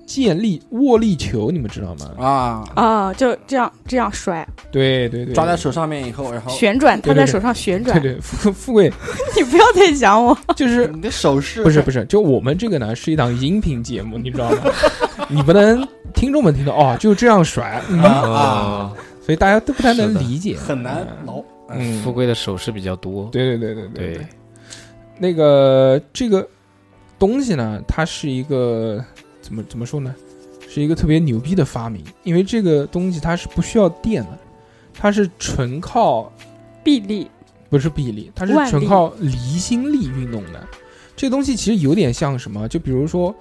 健力握力球，你们知道吗？
啊，
啊，就这样这样甩
对对对，
抓在手上面以后，然后
旋转，
对
它
对
在
对
手上旋
对
转。
对，富富贵
(laughs) 你不要再讲我，
就是
你的手势
不是不是，就我们这个呢是一档音频节目，你知道吗？ (laughs) 你不能听众们听到哦，就这样甩，嗯
啊，
啊，
所以大家都不太能
是的
理解，
很难挠。
嗯，
富贵的手势比较多。
对对对对
对，
那个这个东西呢，它是一个怎么怎么说呢？是一个特别牛逼的发明，因为这个东西它是不需要电的，它是纯靠
臂力
不是臂力，它是
腕力
纯靠离心力运动的。这东西其实有点像什么？就比如说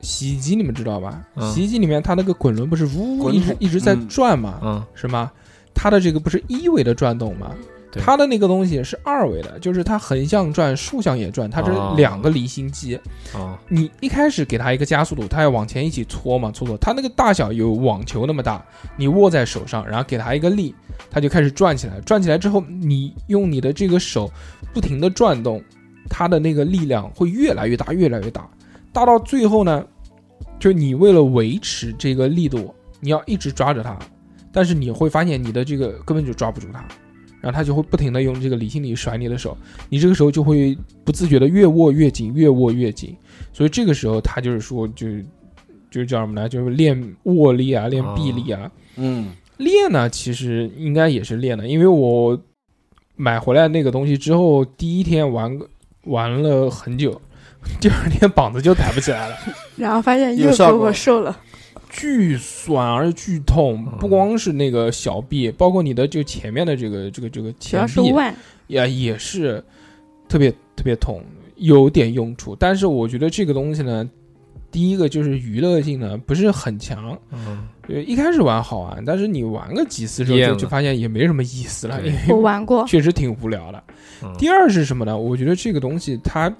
洗衣机，你们知道吧？
嗯
洗衣机里面它那个滚轮不是呜
滚
一直
筒
一直在
嗯
转嘛，
嗯，
是吗？它的这个不是一维的转动吗？
对
它的那个东西是二维的，就是它横向转、竖向也转，它是
哦
两个离心机。
哦，
你一开始给它一个加速度，它要往前一起搓嘛，搓搓，它那个大小有网球那么大，你握在手上，然后给它一个力，它就开始转起来。转起来之后，你用你的这个手不停的转动，它的那个力量会越来越大，越来越大，大到最后呢，就你为了维持这个力度，你要一直抓着它，但是你会发现你的这个根本就抓不住它。然后它就会不停的用这个离心力甩你的手，你这个时候就会不自觉的越握越紧，越握越紧，所以这个时候他就是说就，就是叫什么呢？就是练握力啊，练臂力啊。
嗯，
练呢，其实应该也是练的，因为我买回来那个东西之后，第一天玩玩了很久， (laughs) 第二天膀子就抬不起来了，
然后发现
有
右
效
胳
果
膊瘦了，
(laughs) 巨酸而且巨痛。不光是那个小臂，包括你的就前面的这个这个这个
主
前
要
臂，
是腕。
也也是特别特别痛，有点用处。但是我觉得这个东西呢，第一个就是娱乐性呢不是很强，
嗯，
呃，一开始玩好玩，但是你玩个几次之后
厌
就
了
就发现也没什么意思了，
对
因
我
为
玩过，
确实挺无聊的。
嗯
第二是什么呢？我觉得这个东西它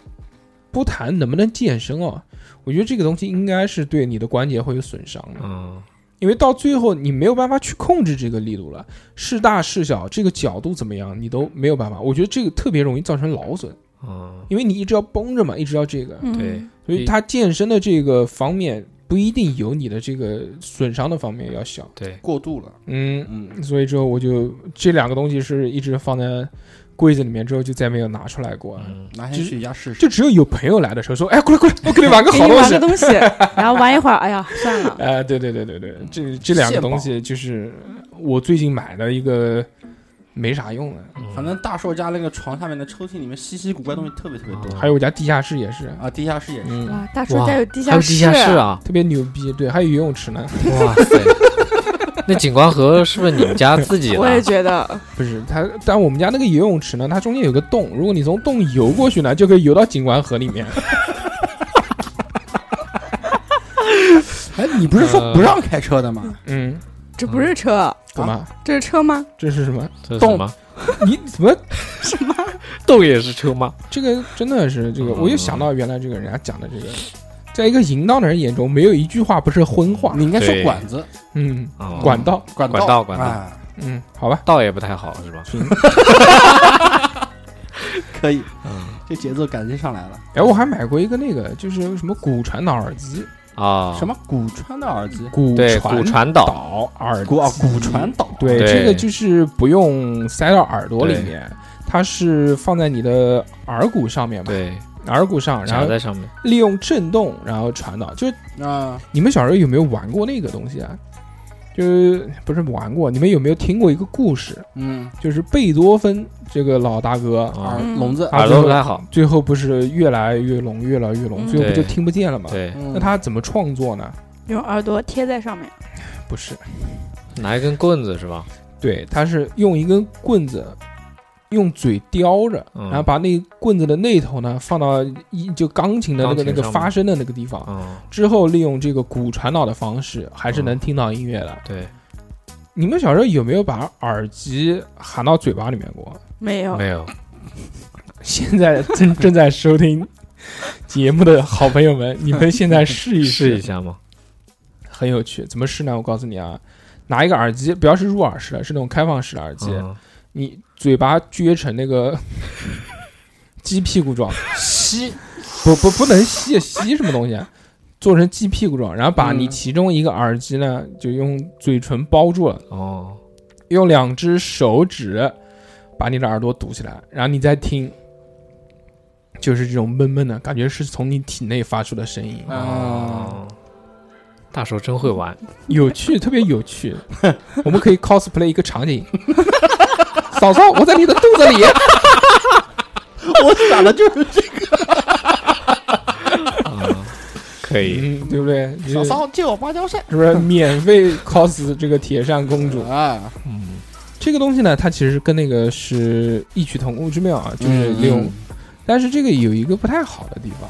不谈能不能健身哦，我觉得这个东西应该是对你的关节会有损伤的。
嗯，
因为到最后你没有办法去控制这个力度了，是大是小，这个角度怎么样，你都没有办法。我觉得这个特别容易造成劳损，
嗯，
因为你一直要绷着嘛，一直要这个，
嗯
对，
所以它健身的这个方面不一定有你的这个损伤的方面要小。
对，
过度了，
嗯，
嗯，
所以之后我就这两个东西是一直放在柜子里面，之后就再没有拿出来过。
嗯，
拿下去压试试。
就只有有朋友来的时候说，哎，过来过来，我给你玩个
给
好
你
东
玩
西
个。东西，然后玩一会儿，哎呀，算了。
哎、对对对对对，这这两个东西就是我最近买的一个没啥用的，
嗯
反正大硕家那个床下面的抽屉里面稀奇古怪东西特别特别多
还有我家地下室也是，
啊，地下室也是。
嗯，
哇，大叔
哇，
家
还
有
有
地下室，
地下室啊，
特别牛逼，对，还有游泳池呢，
哇塞， (laughs) 那景观河是不是你们家自己的？
我也觉得，
不是它，但我们家那个游泳池呢，它中间有个洞，如果你从洞游过去呢，就可以游到景观河里面。
哎，你不是说不让开车的 (laughs) 吗？
嗯，
这不是车，
干嘛？
这是车吗？
这是什么？
这是什么？
你怎么
豆也是车吗？
这个真的是这个？
嗯
我又想到原来这个人家讲的这个，在一个淫荡的人眼中，没有一句话不是荤话。
你应该说
对
管子，
嗯，
哦
管道，
管
管道管道
啊，
嗯，好吧，
道也不太好是吧？
可以，
嗯
这节奏感觉上来了。
哎，我还买过一个那个，就是什么骨传导耳机，
啊，
什么骨穿的耳机？
骨
对骨
传
传导，
导耳
哦
骨啊，
机
骨传导。
对，
对
这个就是不用塞到耳朵里
对
面，它是放在你的耳骨上面嘛，
对，
耳骨上，然
夹
后
在上面。
利用震动，然后传导。就是
啊，
你们小时候有没有玩过那个东西啊？就是不是玩过？你们有没有听过一个故事？
嗯，
就是贝多芬这个老大哥，
耳
啊，
嗯
聋子，
啊
耳朵不太好，
最后不是越来越聋，越来越聋，
嗯
最后不就
对
听不见了吗？
对，
那
那他怎么创作呢？
用耳朵贴在上面，
不是，
拿一根棍子是吧？
对，他是用一根棍子用嘴叼着，
嗯
然后把那棍子的那头呢放到一就钢琴的那个
钢琴
那个
上面
发声的那个地方，
嗯，
之后利用这个骨传导的方式，还是
嗯
能听到音乐的。
对，
你们小时候有没有把耳机含到嘴巴里面过？
没有
没有，
现在正正在收听节目的好朋友们，你们现在试一
试一，下嘛。
很有趣。怎么试呢？我告诉你啊，拿一个耳机，不要是入耳式的，是那种开放式的耳机，
嗯
你嘴巴撅成那
(laughs)
个鸡屁股状，吸，不不不能吸，吸什么东西啊？做成鸡屁股状，然后把你
嗯
其中一个耳机呢，就用嘴唇包住了，
哦，
用两只手指把你的耳朵堵起来，然后你再听，就是这种闷闷的感觉，是从你体内发出的声音，(laughs)
啊，
哦，大手真会玩，
有趣，特别有趣。 (laughs) 我们可以 cosplay 一个场景， (laughs) 嫂嫂，我在你的肚子 (laughs) 里。
我想的就是这
嗯 (laughs) 可以，
嗯，对不对？嫂
个。嫂借我芭蕉扇
是不是免费 cos 这个铁扇公主？
啊！
嗯，
这个东西呢，它其实跟那个是异曲同工之妙
嗯
啊，就是利用。但是这个有一个不太好的地方，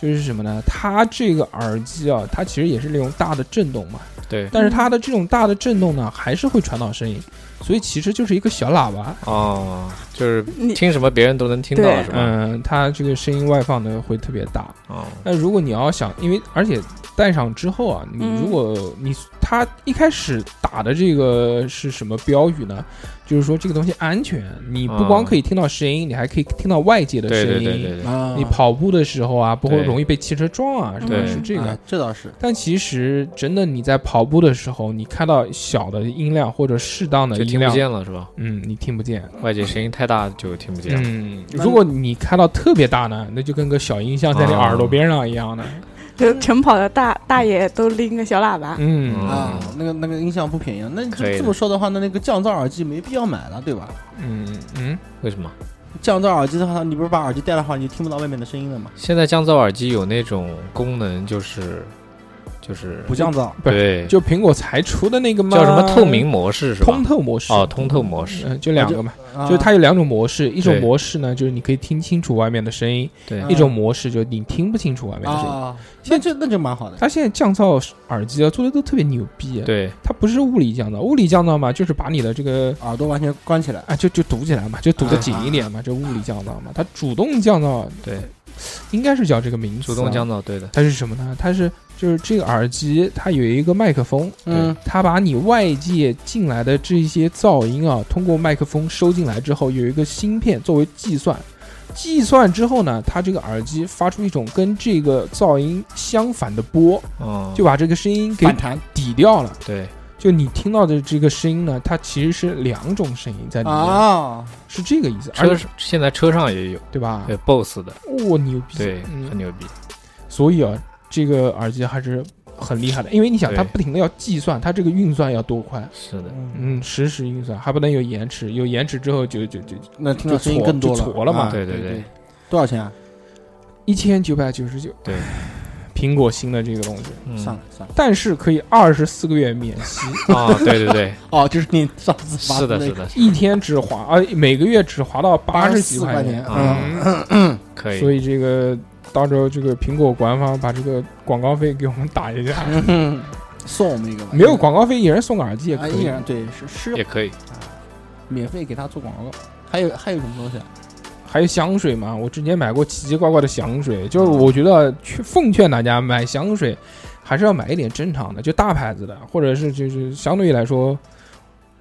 就是什么呢？它这个耳机啊，它其实也是利用大的震动嘛，
对，
但是它的这种大的震动呢，还是会传导声音，所以其实就是一个小喇叭。
哦，就是
你
听什么别人都能听到
对
是吧？
嗯，它这个声音外放的会特别大。
哦，
那如果你要想，因为而且戴上之后啊，你
嗯
如果你他一开始打的这个是什么标语呢？就是说这个东西安全，你不光
啊
可以听到声音，你还可以听到外界的
对
声
对对
音。
对对，
啊，
你跑步的时候啊，不会
对
容易被汽车撞啊，什么
对
是这
啊
个。
这倒是
但其实真的你在跑步的时候，你看到小的音量或者适当的
就
音
听不
量，
见了是吧？
嗯，你听不见。
外界声音太大就听不见了。
嗯，如果你开到特别大呢，那就跟个小音箱在你
啊
耳朵边上一样的。
就晨跑的大大爷都拎个小喇叭，
嗯
嗯
啊，那个那个音响不便宜啊。那
可以
这
的
这么说的话，那那个降噪耳机没必要买了，对吧？
嗯嗯，
为什么？
降噪耳机的话，你不是把耳机戴的话，你就听不到外面的声音了吗？
现在降噪耳机有那种功能，就是就是
不降噪，
不
对，
就苹果才出的那个吗？
叫什么透明、模式是吧
通？透模式
哦，，通透模式，
嗯，就两个嘛，
啊
就是它有两种模式，一种
对
模式呢，就是你可以听清楚外面的声音，
对
嗯
一种模式就是你听不清楚外面的声音。
啊，那这那就蛮好的。
它现在降噪耳机啊，做的都特别牛逼。，啊
对，
它不是物理降噪，物理降噪嘛，就是把你的这个
耳朵完全关起来，
啊，就就堵起来嘛，就堵得紧一点嘛，这物理降噪嘛。它主动降噪，
哎对，
应该是叫啊这个名字。
主动降，噪，对的，
它是什么呢？它是就是这个耳机，它有一个麦克风，
嗯，
它把你外界进来的这些噪音啊，通过麦克风收进来之后，有一个芯片作为计算，计算之后呢，它这个耳机发出一种跟这个噪音相反的波，
嗯，
就把这个声音给
反弹
抵掉了。
对，
就你听到的这个声音呢，它其实是两种声音在里面，
啊，
是这个意思，而
车现在车上也有，
对吧？
对，BOSS 的，
哦，牛逼！
对，很
嗯，
牛逼，
所以啊，这个耳机还是很厉害的，因为你想，
对
它不停的要计算，它这个运算要多快。
是的，
嗯，
嗯，实时运算还不能有延迟，有延迟之后就就就
那听到声音
就挫
更多
就挫了嘛
啊
对对
对
对，
多少钱啊？
一千九百九十九。
对，
苹果新的这个东西，
嗯
算了算了，
但是可以二十四个月免息，
啊，对对
(laughs)
对，
哦，就是你 (laughs) 上次发
是的，
那
是
个
的，
一天只划啊，每个月只划到八十几
84
钱
块钱。
嗯
嗯，
可以，
所以这个到时候这个苹果官方把这个广告费给我们打一 (laughs) 下，
嗯， (laughs) 送我们一个吧，
没有广告费，一人送个耳机也
啊
可
依
以。
然对是是
也可以，
免费给他做广告。还有还有什么东西啊？
还有香水嘛，我之前买过奇奇怪怪的香水，就是我觉得去奉劝大家买香水，还是要买一点正常的，就大牌子的，或者是就是相对来说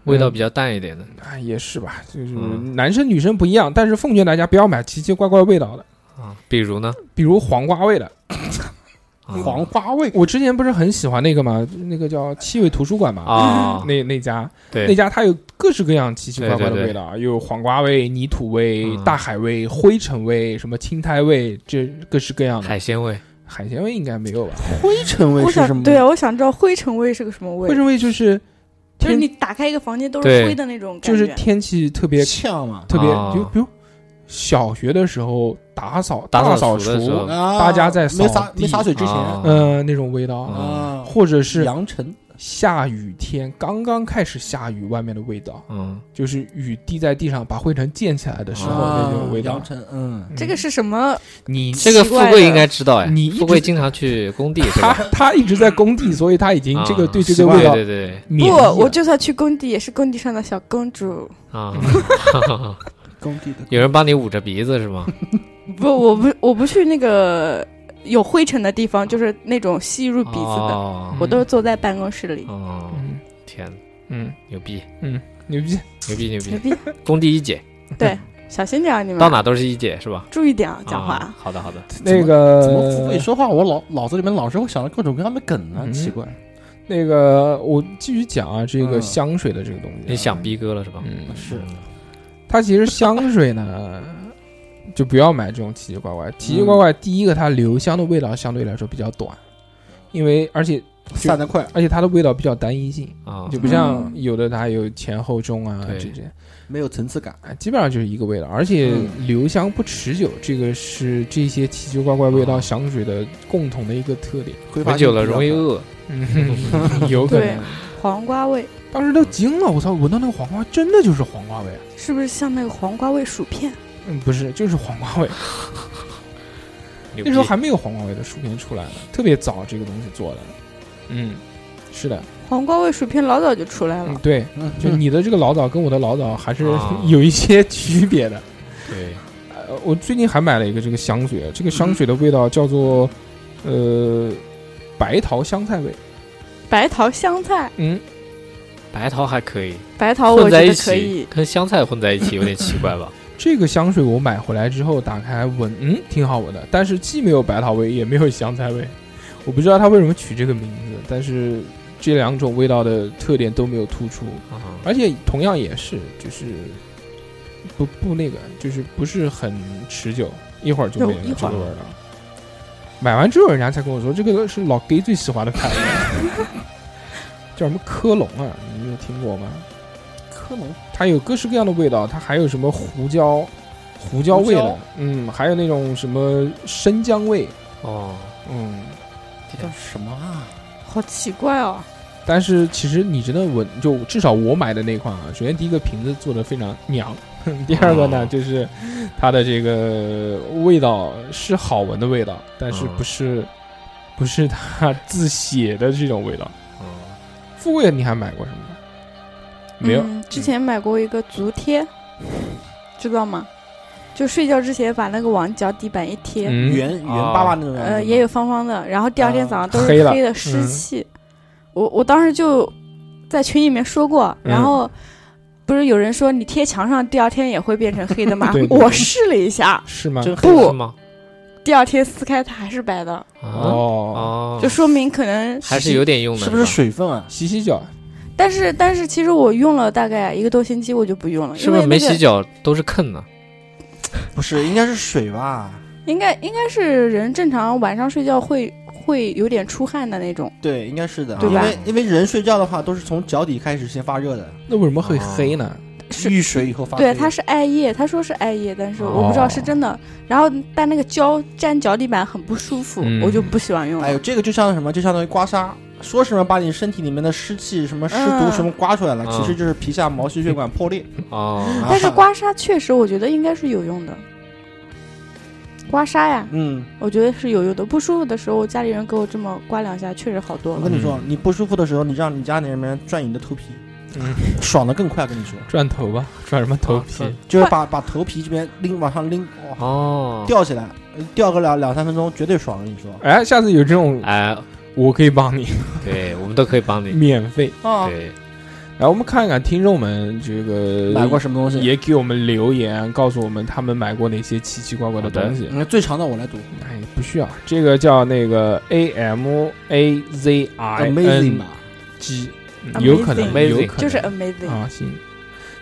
味道
嗯
比较淡一点的，
啊，也是吧，就是
嗯
男生女生不一样，但是奉劝大家不要买奇奇怪怪味道的，
啊，比如呢，
比如黄瓜味的。
啊
嗯
黄花味
我之前不是很喜欢那个嘛，那个叫七味图书馆嘛，
啊，
那那家那
对，
家它有各式各样奇奇怪怪的
对对对
味道，啊有黄瓜味、泥土味、
嗯
大海味、灰尘味、什么青苔味，这各式各样的。
海鲜味，
海鲜味应该没有吧？
灰尘味
我
是什
想
么？
对啊，我想知道灰尘味是个什么味
灰，尘味就是
就是
天
你打开一个房间都
对
是灰的那种
就
感
是
觉。
天气特别
呛嘛
特别
啊，
就比如小学的时候打扫
打
大
扫
扫
除的时候
除，
啊
大家在扫
没洒
地
没洒水之前
呃
啊
嗯，那种味道，
啊
啊，
或者是
扬尘
下雨天刚刚开始下雨，外面的味道，
嗯，
就是雨滴在地上把灰尘溅起来的时候
啊
那种味道
扬。尘，嗯，
嗯
这个是什么？
你
这个
奇
富
怪
贵
的
应该知道哎，
你一
富贵
直
经常去工地，对
他
吧？
他一直在工地，所以他已经这个
啊
(laughs) 对这
嗯习
个
惯
味
对
道
对对
免疫
不，
了。
我就算去工地，也是工地上的小公主。
啊，
工地的
有人帮你捂着鼻子是吗？
不，我不，我不去那个有灰尘的地方，就是那种吸 (laughs) 入鼻子的，
嗯
哦
我都是坐在办公室里。
哦，
嗯
天，
嗯，
牛逼
牛逼！
牛逼牛
牛
逼，
逼，
工地一姐，
小心嗯点啊，你们
到哪都是一姐是吧？
注意点啊，讲话。
啊好的好的，
那
怎么富贵
个
说话，我脑脑子里面老是会想到各种各样的梗呢，
嗯
奇怪。
那个，我继续讲啊，这个
嗯
香水的这个东西啊。
你想逼哥了是吧？
嗯，
是
它其实香水呢，就不要买这种奇奇怪怪。奇
嗯
奇怪怪，第一个它留香的味道相对来说比较短，因为而且
散得快，
而且它的味道比较单一性，
哦
啊，
就不像
嗯
有的它有前后中啊
对
这些，
没有层次感。
哎，基本上就是一个味道，而且
嗯
留香不持久，这个是这些奇奇怪怪味道
哦
香水的共同的一个特点。
挥发
闻
性
久了
比较
容易
高
饿，
(laughs) 嗯，有可
对
能。，
黄瓜味
当时都惊了，我操，闻到那个黄瓜真的就是黄瓜味。啊
是不是像那个黄瓜味薯片？
嗯，不是，就是黄瓜 (laughs) 味。
牛
那时候
逼
还没有黄瓜味的薯片出来呢，特别早这个东西做的。嗯，是的，
黄瓜味薯片老早就出来
嗯
了，，
对，
嗯
就你的这个老早跟我的老早还是
啊
(laughs) 有一些区别的。
对，
呃，我最近还买了一个这个香水，啊这个香水的味道叫做呃白桃香菜味。
白桃香菜，
嗯，
白桃还可以，
白桃哦我
混在
觉
一
得可
起
以，
跟香菜混在一起有点奇怪吧？
这个香水我买回来之后打开闻，嗯，挺好闻的，但是既没有白桃味，也没有香菜味。我不知道它为什么取这个名字，但是这两种味道的特点都没有突出。
啊，
而且同样也是，就是不不那个，就是不是很持久，一会儿就没
有
了
一
这
会儿
个味儿了。买完之后，人家才跟我说，这个是老 gay 最喜欢的牌子，
(laughs)
叫什么科隆啊？你有听过吗？
科隆
它有各式各样的味道，它还有什么胡椒、胡椒味
胡
的
椒，
嗯，还有那种什么生姜味，
哦，
嗯。
这叫什么啊？
好奇怪哦。
但是其实你真的闻，就至少我买的那款啊，首先第一个瓶子做的非常娘，第二个呢、
哦
就是它的这个味道是好闻的味道，但是不是、不是它自写的这种味道。
哦
富贵，你还买过什么？没有，
嗯，之前买过一个足贴，知道吗？就睡觉之前把那个往脚底板一贴，
嗯，
圆圆巴巴那种样子吗。
呃，也有方方的，然后第二天早上都是
黑了
黑的湿气。我我当时就在群里面说过，
嗯？
然后不是有人说你贴墙上第二天也会变成黑的吗
对对
我试了一下，
是吗？
真
不
是吗？
第二天撕开它还是白的，
啊
哦，
哦，
就说明可能。
还是有点用的，
是不是水分啊？
洗洗脚，
但是但是其实我用了大概一个多星期，我就不用了，
是不是
啊因
没
为那
洗
个
脚都是坑呢？
不是，应该是水吧？
应该应该是人正常晚上睡觉会会有点出汗的那种。
对，应该是的，
对啊
因
吧
为因为人睡觉的话，都是从脚底开始先发热的，
那为什么会黑呢？
是
遇水以后发黑。
对，它是艾叶，他说是艾叶，但是我不知
哦
道是真的。然后但那个胶粘脚底板很不舒服，
嗯
我就不喜欢用了。
哎呦，这个就像什么，就相当于刮痧，说什么把你身体里面的湿气、什么湿毒
嗯
什么刮出来了，
嗯
其实就是皮下毛细血管破裂。啊
哦，
嗯但是刮痧确实，我觉得应该是有用的。刮痧呀，
嗯，
我觉得是有用的。不舒服的时候，我家里人给我这么刮两下，确实好多
我
了。
跟你说，你不舒服的时候，你让你家里人转你的头皮，
嗯
爽的更快。跟你
(laughs)
说，
转头吧， (laughs) 转什么头
啊
皮
转？
就是把把头皮这边拎往上拎，哇，
哦，
吊起来，吊个两两三分钟，绝对爽。跟你说
哎，下次有这
嗯
种，
哎，
我可以帮你，
对，我们都可以帮你，
免费。
嗯
啊，
对，
来，我们看看听众们这个
买过什么东西？
也给我们留言，告诉我们他们买过哪些奇奇怪怪的东西。
嗯，最长的我来读
哎，不需要，这个叫那个 A M A Z I
，Amazing 啊
N
吧，
G，嗯
Amazing
有可能，
Amazing
有可能
就是 amazing，、
嗯
啊，行。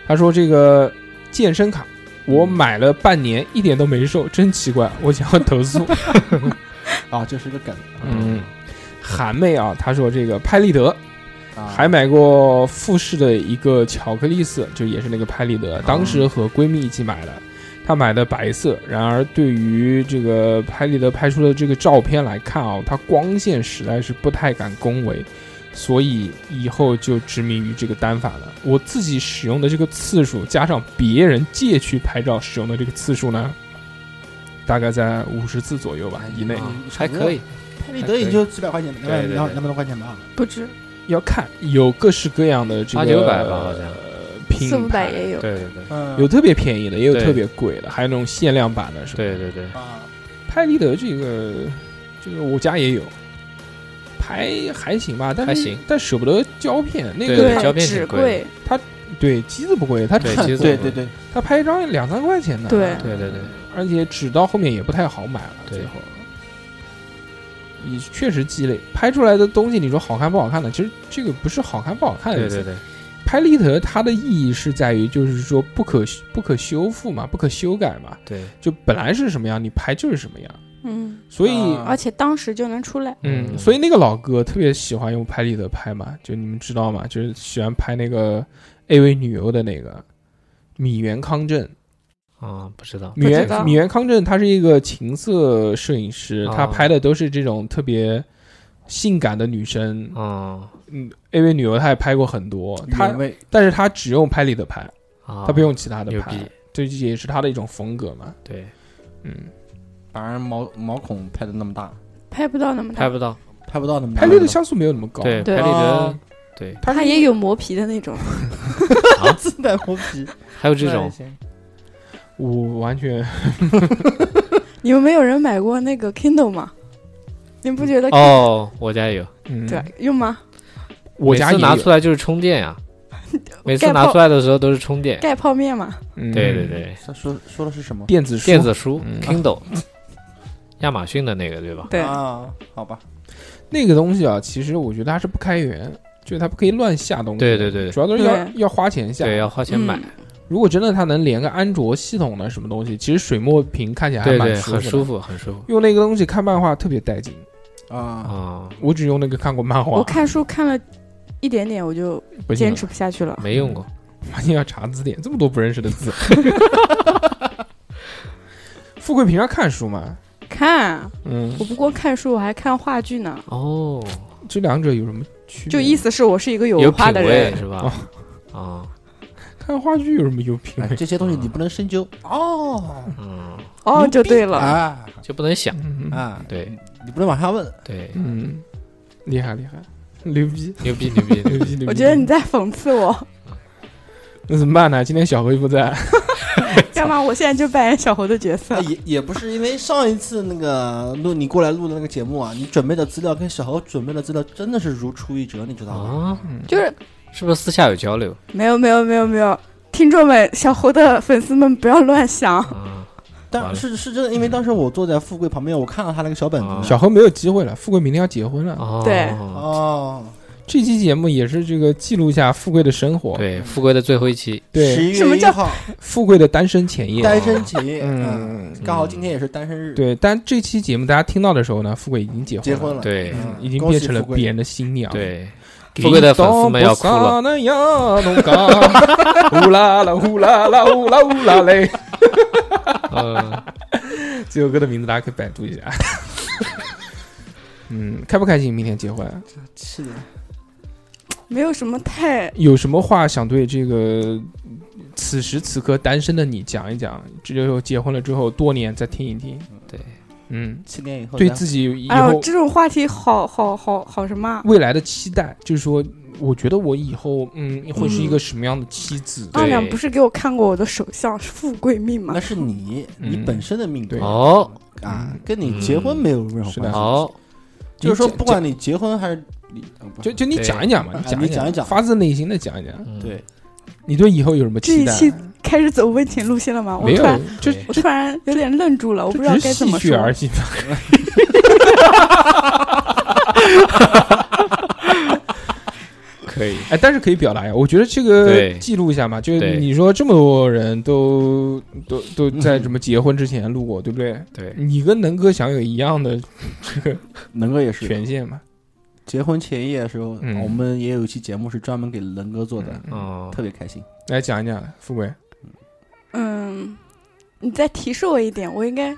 他说这个健身卡，我买了半年一点都没瘦，真奇怪，我想要投
(laughs)
诉。
啊，这是个梗，
嗯，韩妹啊，她说这个拍立得，
啊，
还买过富士的一个巧克力色，就也是那个拍立得，当时和闺蜜一起买的。她买的白色，然而对于这个拍立得拍出的这个照片来看啊，它光线实在是不太敢恭维，所以以后就执迷于这个单反了。我自己使用的这个次数，加上别人借去拍照使用的这个次数呢，大概在五十次左右吧以内。
啊还可以，
拍立得也就几百块钱，两百
对对对
两两百多块钱啊吧。
不止
要看有各式各样的这个
八九百吧好像
呃品
四五百
牌
也有。
对对对
嗯，
有特别便宜的，也有
对
特别贵的，还有那种限量版的，是吧？
对对对，
啊，
拍立得这个，这个我家也有，拍还行吧，但是
还行，
但舍不得胶片，那
对
个
胶片
纸
挺贵
贵，
对机子不贵，它
对
产
(laughs)
机子
对对对，
它拍一张两三块钱的，啊
对
对对对，
而且纸到后面也不太好买了，
对
最后也确实鸡肋，拍出来的东西你说好看不好看呢？其实这个不是好看不好看的意
对
思，
对对，
拍立得它的意义是在于就是说不可不可修复嘛，不可修改嘛，
对，
就本来是什么样你拍就是什么样，
嗯，
所以。
啊
而且当时就能出来。
嗯，
嗯
所以那个老哥特别喜欢用拍立得拍嘛，就你们知道吗？就是喜欢拍那个 AV 女优的那个米原康正。
啊，不知道，
米
不知道
原米原康正他是一个情色摄影师，
啊
他拍的都是这种特别性感的女生。
啊
嗯，AV 女优他也拍过很多，他
原味
但是他只用拍立得拍，
啊，
他不用其他的
牛
拍
逼，
这也是他的一种风格嘛。
对，
嗯，
反而毛毛孔拍的那么大，
拍不到那么
拍
大，
不到，
拍不到那么大。
拍立得像素没有那么高，
对，
对
拍立得
哦，
(laughs) 对，
它
它
是
也有磨皮的那种。
自带磨皮，
还有这种
我完全
你们没有人买过那个 Kindle 吗？你们不觉得
哦，我家也有，
嗯，
对用吗？
我家
每
也
次拿
有
出来就是充电
(laughs)
呀，每次
盖
拿
泡
出来的时候都是充电，
盖泡面嘛？
嗯
对对对，
他说说的是什么？
电子书
电子书
嗯
Kindle，亚马逊的那个对吧？
对，
啊，好吧，
那个东西啊，其实我觉得它是不开源，就是它不可以乱下东西。
对对对
主要都是要
对
要花钱下。
对，要花钱买，
嗯
如果真的它能连个安卓系统的什么东西，其实水墨屏看起来还
对
蛮
对，
服
很舒
服
服，很舒服
的。用那个东西看漫画特别带劲，
啊，
啊，
我只用那个看过漫
我
画，
看书看了一点点，我就
不行
坚
了，
持不下去了。
啊没用过，
关键要查字典，这么多不认识的
(laughs)
字。富贵平常看书嘛，
看，
嗯，
我不光看书，我还看话剧呢。
哦，
这两者有什么区别？
就意思是我是一个
有
文化
品
的
味
人。
是吧？
哦
啊，
看话剧有什么有品
哎
味？
这些东西你不能深究哦
嗯，
哦，就对了，
啊
就不能想，
嗯
啊，
对
你不能往下问，
对，
嗯，厉害厉害，牛逼
牛逼牛逼，
(laughs) 牛逼牛逼！
我觉得你在讽刺我。
那怎么办呢？今天小何又不在，
干嘛？我现在就扮演小猴的角色
啊，也也不是因为上一次那个录你过来录的那个节目啊，你准备的资料跟小侯准备的资料真的是如出一辙，你知道吗？
啊，
嗯
就是
是不是私下有交流
没有没有没有没有，听众们，小猴的粉丝们不要乱想。
啊？完
但
了
是是真的，因为当时我坐在富贵旁边，我看到他那个小本子
啊
嘛，
嗯小何没有机会了，富贵明天要结婚了。
哦，
对
哦，
这期节目也是这个记录一下富贵的生活，
对，富贵的最后一期，
对，
十一
什么
月一
叫
号
富贵的单身前夜。
单身节，嗯，
嗯，
刚好今天也是单身日，
对。但这期节目大家听到的时候呢，富贵已经结婚
结
了，
婚了，
对
嗯
已经
恭
变
喜
成了
富贵
别人的新娘。，
对，富贵的粉丝们要哭了。。
呼啦啦呼啦啦呼啦呼啦嘞！
呃，
这首歌的名字大家可以百度一下。嗯，开不开心？明天结婚，
是的，
没有什么太
有什么话想对这个此时此刻单身的你讲一讲？这就结婚了之后多年再听一听。
对，
嗯，
七年以后
对
再
自己以
哎呦，
后
这种话题好好好好什么啊？
未来的期待，就是说，我觉得我以后嗯会是一个什么样的妻子？
对
二两不是给我看过我的手相是富贵命吗
那？是你你
嗯
本身的命
对嗯
哦
啊，跟你结婚没有任何
是
关
的
系，
好，
就是说
你讲
不管你结婚还是离啊不
就就你
对
讲一讲嘛，
啊
讲
你
讲
讲一讲
发自内心的讲一讲，
嗯，
对，
你对以后有什么
这
期
一
待？
期开始走温情路线了吗？我
没有
突然，
这
对
我突然有点愣住了，我不知道
这只
该
是
怎
戏
么
谑
说。
而已嘛。
可以，
哎，但是可以表达呀，我觉得这个
对
记录一下嘛，就是
对
你说这么多人都都都在什么结婚之前录过，对不对？
对，
你跟能哥享有一样的
能哥也是
权限嘛？
结婚前夜的时候，
嗯
我们也有一期节目是专门给能哥做的，
嗯，
哦，
特别开心。
来讲一讲，富贵，
嗯，你再提示我一点，我应该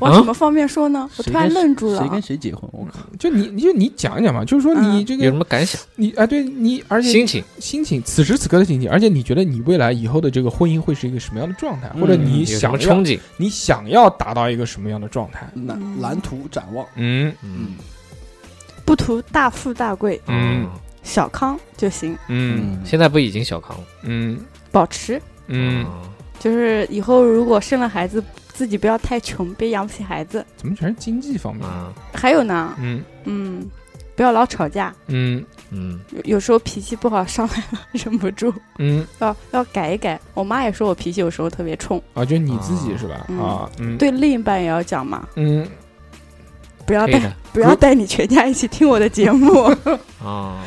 往什么方面说呢？我
谁
突然
跟
愣住了
谁。跟谁结婚？我靠，
就你，你就你讲一讲嘛，就是说你
嗯
这
有什
个，
么感想、
你啊，对你，而且
心情？
心情，此时此刻的心情，而且你觉得你未来以后的这个婚姻会是一个什么样的状态，或者
嗯
你
有什
想
么
要
憧憬？
你想要达到一个什么样的状态？
嗯
蓝蓝图展望，
嗯
嗯
不图大富大贵，
嗯
哦
小康就行，
嗯
现在不已经小康了？
嗯
保持。
嗯，
哦，
就是以后如果生了孩子，自己不要太穷，别养不起孩子。
怎么全是经济方面？
啊，
还有呢，
嗯
嗯，不要老吵架，
嗯
嗯，
有有时候脾气不好上来了，忍不住，
嗯
要要改一改。我妈也说我脾气有时候特别冲，
啊，就你自己是吧？
嗯
啊，嗯
对另一半也要讲嘛，
嗯，
不要
可以
带
的
不要带你全家一起听我的节目。 (laughs)
啊，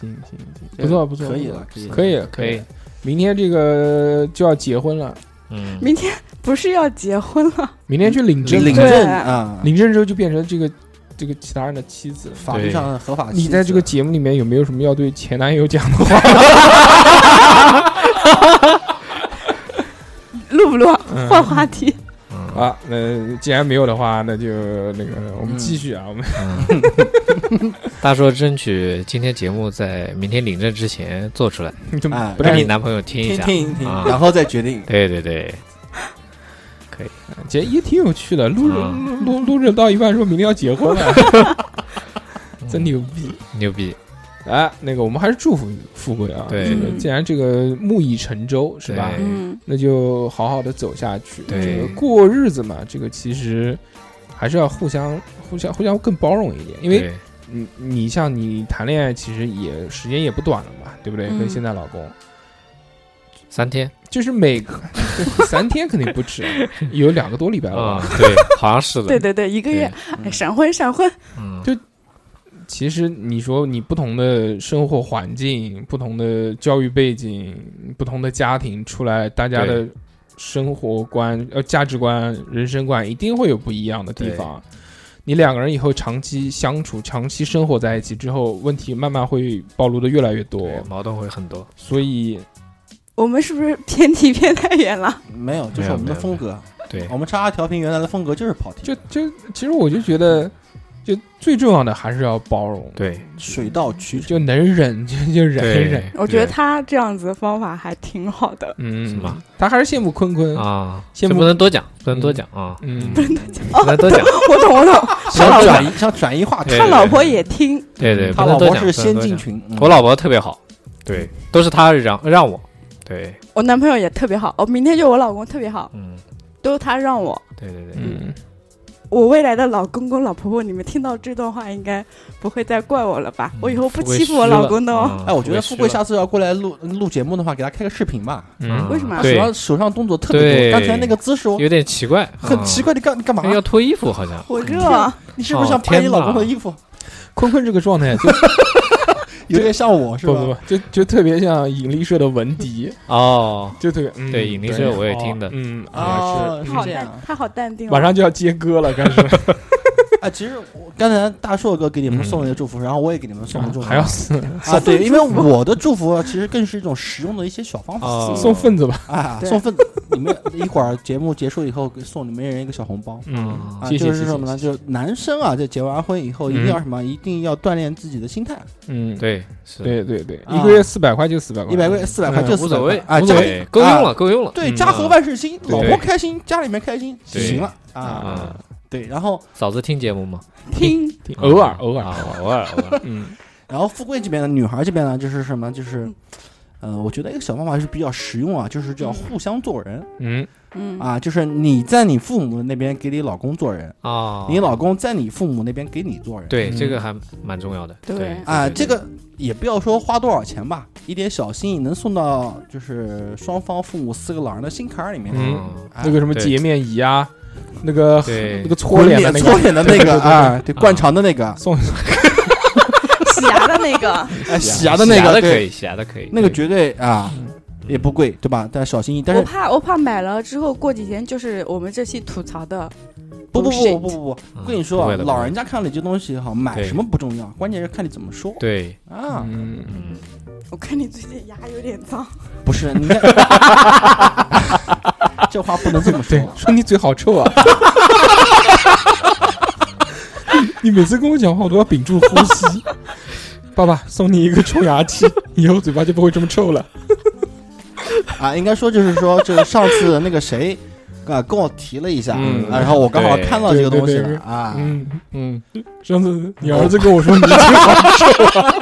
行行行，不错不错，
可以
不错
了，可以了，
可以了
可以，，
明天这个就要结婚了，
嗯，
(laughs) 明天不是要结婚了，
(laughs) 明天去领证了，
嗯领
对
证啊，
领证之后就变成这个这个其他人的妻子了。
法律上的合法。
你在这个，节目里面有没有什么要对前男友讲的话？
录不录？
嗯
换话题。
啊，
啊， (laughs) 那既然没有的话，那就那个我们继续啊，我们
嗯
(laughs)
大硕争取今天节目在明天领证之前做出来，
(laughs) 就
哎
不
让你
太
男朋友听一
听
下。
听听，
啊
然后再决定。
对对对，
结也挺有趣的，录着
啊
嗯
录录着到一半说明天要结婚
(laughs)
了，真牛逼！
嗯牛逼！
哎，那个我们还是祝福富贵啊，
对
这个
嗯
既然这个木已成舟是吧？
对
嗯，
那就好好的走下去。
对
这个过日子嘛，这个其实还是要互相、互相、互相更包容一点，因为
对
你你像你谈恋爱，其实也时间也不短了嘛，对不对？
嗯
跟现在老公，
三天
就是每 (laughs) 三天肯定不止，啊有两个多礼拜了
啊
吧。，
对， (laughs) 好像是的。
对对对，一个月
对，
哎闪婚闪婚，
嗯，
就其实你说你不同的生活环境、不同的教育背景、不同的家庭出来，大家的生活观、呃价值观、人生观一定会有不一样的地方。你两个人以后长期相处、长期生活在一起之后，问题慢慢会暴露的越来越多
对，矛盾会很多。
所以
我们是不是偏题偏太远了？
没有，这是我们的风格。
对，
我们叉叉调频原来的风格就是跑题，
就就其实我就觉得，就最重要的还是要包容，
对，
水到渠成。
就能忍 (laughs) 就就忍
对
一忍，
我觉得
对
他这样子的方法还挺好
(laughs)
的。
嗯，
是吗？
他还是羡慕坤坤，
啊，
羡
这
慕
不能多讲，不能多讲啊， (laughs)
嗯，
不能多讲。
我懂我懂，
想转移，想转移话题
对。
(laughs) 他老婆也听，
对对，
他
不
老
能多
婆
讲
是先，
不能
进
多讲
群，嗯
我老婆特别好，对，都是她让让我，对，
我男朋友也特别好。哦，明天就我老公特别好，
嗯，
都是他让我。
对对对，
嗯，
我未来的老公公、老婆婆，你们听到这段话应该不会再怪我了吧？我以后不
富贵
欺负我
虚
老
了
公的哦。
嗯
哎，我觉得富
富
贵
贵虚了
下次要过来录录节目的话，给他开个视频吧。
嗯
为什么
他手
啊
对，
上手上动作特别
对
多，刚才那个姿势我
有点奇怪，
(laughs) 很奇怪，你干你干嘛
嗯，？要脱衣服好
(laughs)
像。
我热，
你是不是嗯
哦
想拍你老公的衣
(laughs)
服？
坤坤这个状态就
(laughs) 有点像我是
不
吧？
不不，就就特别像引力社的文
(laughs)
迪，
哦，
就特别、嗯、
对引力社我也听的
哦嗯
哎
啊，
啊，
他
是
好
这样
淡
啊。，
他好淡定哦。
马上就要接歌了，开
(laughs)
始
哎，其实我刚才大硕哥给你
嗯
们送了一个祝福，然后我也给你们送了祝福，
还要送
啊，对，因为我的祝福其实更是一种实用的一些小方法
哦
送份子吧，
啊，
对
送份，你们一会儿节目结束以后给送你们一人一个小红包。
嗯，
啊，
谢谢谢
就是
谢
什么呢？就是男生啊，在结完婚以后，一定
嗯
要什么？一定要锻炼自己的心态。
嗯，
对，是，
对对对，
啊
一个月四百块就四百块，
一百块、四百块
嗯
就
哎无
四百
所
块
谓，
啊，
无
家
所
里
谓，够用了，够用了。
对
嗯
家和万事兴，老婆
对
开心，家里面开心，
对
行了啊。
啊，
对，然后
嫂子听节目吗？
听，
挺偶尔偶尔，
啊，偶尔偶
(laughs)
尔。
嗯
然后富贵这边的女孩这边呢，就是什么？就是，呃，我觉得一个小方法是比较实用啊，就是叫互相做人
嗯
嗯，
啊，就是你在你父母那边给你老公做人，
哦，
你老公在你父母那边给你做人。
对
嗯
这个还蛮重要的。
对
对
啊，这。
对对
个也不要说花多少钱吧，一点小心意能送到就是双方父母四个老人的心坎儿里面。
嗯
啊
那个什么
对
洁面仪啊，那个
对
那个搓
搓
脸
脸
的
的
那
搓
个
脸的
对
(laughs)
那
对
个
对对
啊，对，灌肠的那个，
送，
洗牙的那个，
哎，洗牙
洗
的那个，
可
对，
以，洗牙的可以，
那个
对嗯
绝对啊，也不贵，对吧？但小心翼翼，但
我
是
怕我怕买了之后过几天就是我们这期吐槽的， (laughs)
不不不
bullshit
不不不，
嗯
我跟你说
不
啊
会，的
老人家看了这东西也好，买
对
什么不重要，关键是看你怎么说
对，
啊。
嗯，
嗯，
我看你最近牙有点脏，
不是，你看，这话不能这么说
对，。说你嘴好臭啊！ (laughs) 你每次跟我讲话，我都要屏住呼 (laughs) 吸。爸爸送你一个冲牙器，以后嘴巴就不会这么臭了。
啊，应该说就是说，这个上次那个谁啊跟我提了一下，
嗯
啊然后我刚好
对
看到这个
对
东西
对对
了啊，
嗯，
嗯，
上次你儿子跟我说你嘴好臭啊。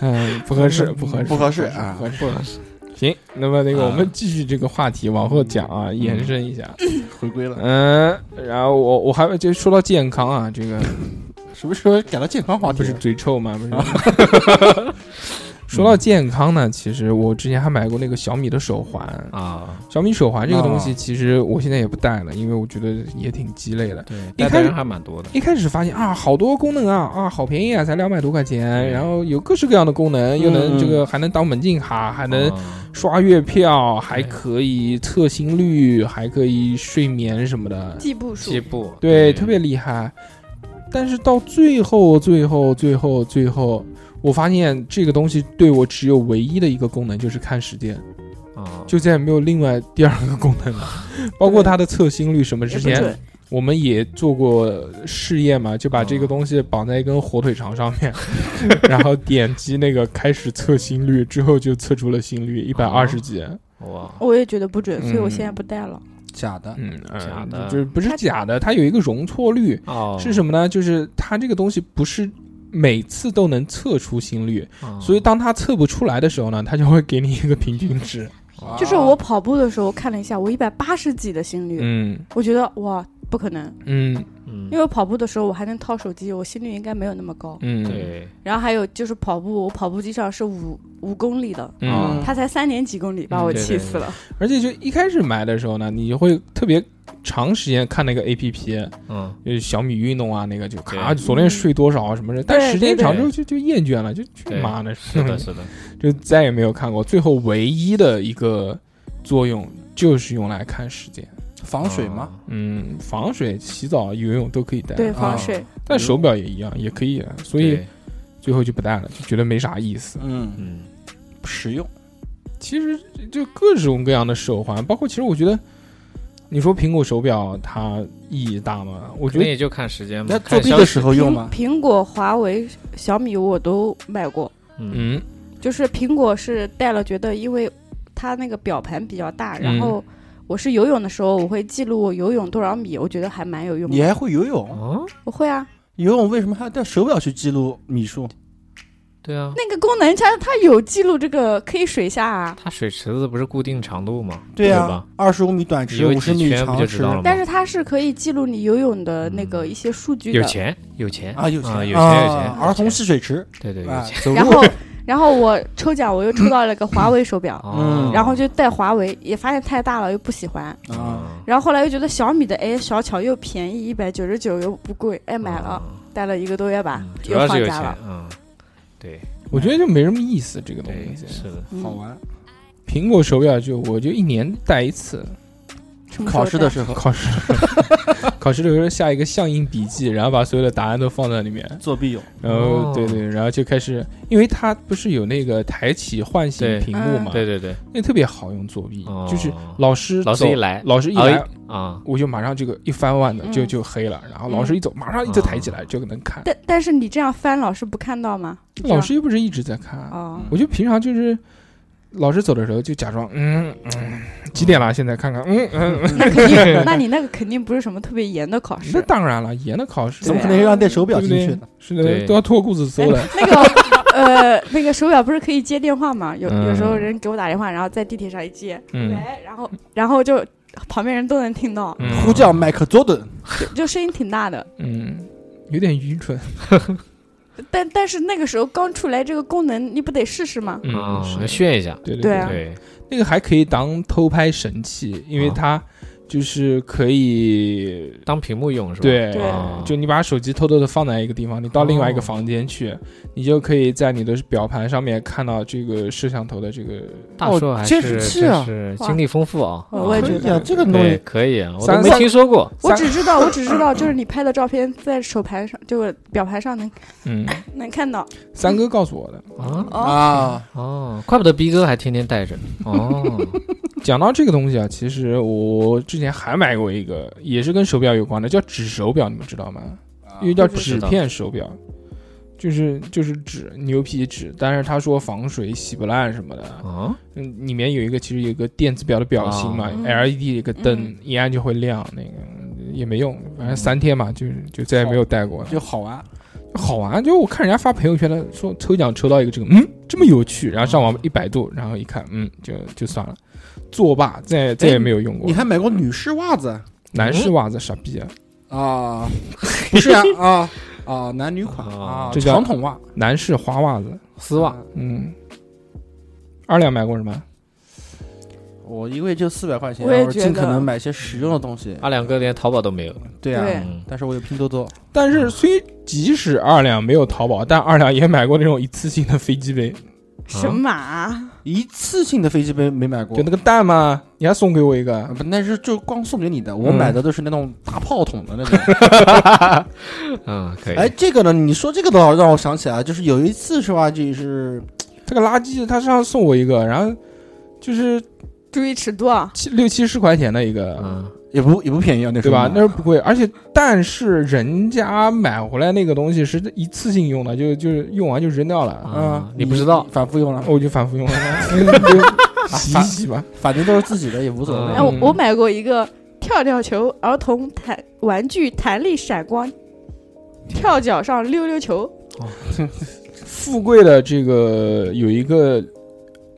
嗯，不合适，不合适，
不合适啊
不合适，不合适。行，那么那个我们继续这个话题往后讲啊，延伸一下。
回归了。
嗯，然后我我还就说到健康啊，这个
什么时候改到健康话题
啊不
了？
是嘴臭吗？不是。啊 (laughs) 说到健康呢，其实我之前还买过那个小米的手环。
啊，
小米手环这个东西，
啊
其实我现在也不戴了，因为我觉得也挺鸡肋的。
对，
一
带
开
的
始
人还蛮多的。
一开始发现啊，好多功能啊啊，好便宜啊，才两百多块钱，然后有各式各样的功能，又能
嗯
这个还能当门禁卡，还能
啊
刷月票，还可以测心率，还可以睡眠什么的。
计步数
计步，
对，特别厉害。但是到最后，最后，最后，最后，我发现这个东西对我只有唯一的一个功能，就是看时间，
啊，
就再也没有另外第二个功能了。包括它的测心率什么，
也
之
不
前
准，
我们也做过试验嘛，就把这个
嗯
东西绑在一根火腿肠上面，然后点击那个开始测心率，之后就测出了心率一百二十几。
哇，
我也觉得不准，所以我
嗯
现在不戴了。
假的，
嗯，呃
假的
就是不是假的，它有一个容错率，
哦，
是什么呢？就是它这个东西不是每次都能测出心率，
啊
所以当它测不出来的时候呢，它就会给你一个平均
(laughs)
值。
啊
就是我跑步的时候看了一下，我一百八十几的心率，
嗯
我觉得哇不可能，
嗯
嗯
因为我跑步的时候我还能掏手机，我心率应该没有那么高。
嗯
对
然后还有就是跑步，我跑步机上是五五公里的，
嗯
嗯，
它才三点几公里，把
嗯
我
对
气
对
死了。
而且就一开始买的时候呢，你会特别长时间看那个 A P P，
嗯
就是小米运动啊，那个就咔，
对
昨天睡多少啊什么的，但
对
时间
对对
长之后就就厌倦了，就去
对
妈的，
是的是的，
就再也没有看过。最后唯一的一个作用就是用来看时间。
防水吗？
哦
嗯，防水、洗澡、游泳都可以带。
对，
啊
防水，
但手表也一样，也可以啊，所
嗯对？
以最后就不戴了，就觉得没啥意思。
嗯，
嗯
不实用。
其实就各种各样的手环，包括其实我觉得，你说苹果手表它意义大吗？我觉
那
得
也就看时间嘛。
那作
看
弊
消
的
息
时候用吗？
苹苹果、华为、小米我都买过，
嗯
嗯
就是苹果是戴了，觉得因为它那个表盘比较大，
嗯
然后我是游泳的时候，我会记录我游泳多少米，我觉得还蛮有用
你
的。
还会游泳？
哦，
我会啊，
游泳为什么还要带手表去记录米数？
对啊，
那个功能它它有记录这个可以水下啊，
它水池子不是固定长度吗？
呀
吧？，
二十五米短池，
啊游
啊五十
几
米
圈不
长
就知
池。
道了吗？
但是它是可以记录你游泳的那个
嗯
一些数据
有
的。
钱有钱
啊，有
钱
钱，
有有钱
啊，，儿童
是，
戏水池
对对有
啊
钱，
走
然
路
后然后我抽奖，我又抽到了个华为手表，
哦
嗯然后就戴华为，也发现太大了又不喜欢。
啊，
嗯
然后后来又觉得小米的哎小巧又便宜，一百九十九又不贵，哎买了，戴了一个多月吧
哦嗯，主
又
要是
放
有
假
钱
了。，
嗯，对
我觉得就没什么意思这个东
对
西。
是的，
嗯
好玩。
苹果手表就我就一年戴一次，
什么时候
考试的
戴
时
哦
候
考试 (laughs) 考试的时候下一个象印笔记，然后把所有的答案都放在里面。
作弊有，
然后
哦
对啊对，然后就开始，因为它不是有那个抬起唤醒
对
屏幕
嗯
嘛，
对对对，
那特别好用作弊，
哦
就是老师
老师
走
一来
老师一
哦
来，
啊，
我就马上这个一翻腕的就
嗯
就黑了，然后老师一走，马上一直抬起来就能看。
但但是你这样翻，老师不看到吗？你这样
老师又不是一直在看，啊
哦，
(laughs) 我就平常就是老师走的时候就假装嗯嗯几点了，现在看看嗯嗯，嗯
那肯定，那你那个肯定不是什么特别严的考
那
试。
当然了，严的考试
怎么可
对
能让带手表
不
进
对
去呢？？
是的，
对
都要脱裤子搜的。
那个呃，那个手表不是可以接电话吗？有
嗯
有时候人给我打电话，然后在地铁上一接，
嗯
喂，然后然后就旁边人都能听到，
嗯
呼叫麦克佐顿，
就就声音挺大的。
嗯，有点愚蠢。
但但是那个时候刚出来这个功能，你不得试试吗？
嗯，
啊
是，的
炫一下，
对对
对啊
对，
那个还可以当偷拍神器，因为
啊
它就是可以
当屏幕用是吧？
对
对
啊
就你把手机偷偷的放在一个地方，你到另外一个
哦
房间去，你就可以在你的表盘上面看到这个摄像头的这个哦
大硕
哦
还
这
是
是啊
真是
哇
经历丰富啊！
我我也
啊
觉
可
得
以啊，这个东
对
西，
可以，啊，我
三
都没
三
听说过。
我
三
只知道，我只知道，就是你拍的照片在手盘上，就是表盘上能
嗯，
能看到。
三哥告诉我的。
啊
哦，
啊，
哦，怪不得逼哥还天
(laughs)
天带着哦，
讲到这个东西啊，其实我之前还买过一个，也是跟手表有关的，叫纸手表，你们知道吗？
啊
因为叫
不
纸
知道
片手表，就是就是纸牛皮纸，但是他说防水洗不烂什么的。
啊，
嗯，里面有一个其实有一个电子表的表芯嘛、
哦
l e d 一个灯
嗯，
一按就会亮，那个也没用，反正三天嘛，就就再也没有戴过了。
就好玩。
好玩，就我看人家发朋友圈的说抽奖抽到一个这个，嗯，这么有趣，然后上网一百度，然后一看，嗯，就就算了，作罢，再也再也没有用过
你。还买过女士袜子
男士袜子傻逼啊，
啊？不是啊啊啊，男女款
啊
啊，
这叫
长筒袜、
男士花袜子，
丝袜，
嗯。二两买过什么？
我一个月就四百块钱，
我也
我
觉
尽可
得
能买些实用的东西。
阿两哥连淘宝都没有。
对啊，
对
(laughs)
嗯，
但是我有拼多多，
但是虽即使二两没有淘宝，但二两也买过那种一次性的飞机杯，
神马，啊
一次性的飞机杯没买过
就。那个蛋嘛，你还送给我一个
啊，不，那是就光送给你的，我
嗯
买的都是那种大炮筒的那种。
嗯，可以。
哎，这个呢，你说这个倒让我想起来，就是有一次是吧，就是
这个垃圾，他上次送我一个，然后就是
注意尺度啊！
七六七十块钱的一个，
嗯，
也不也不便宜啊，那时
对
候
吧？
买
那是不贵，而且但是人家买回来那个东西是一次性用的，就就是用完就扔掉了，哦
啊你不知道
反复用了，
我就反
(laughs)
复用了，就洗一洗吧。
反正都是自己的，也无所谓啊
哎，
嗯
我我买过一个跳跳球儿童弹玩具弹力闪光跳脚上溜溜球，
富贵的这个有一个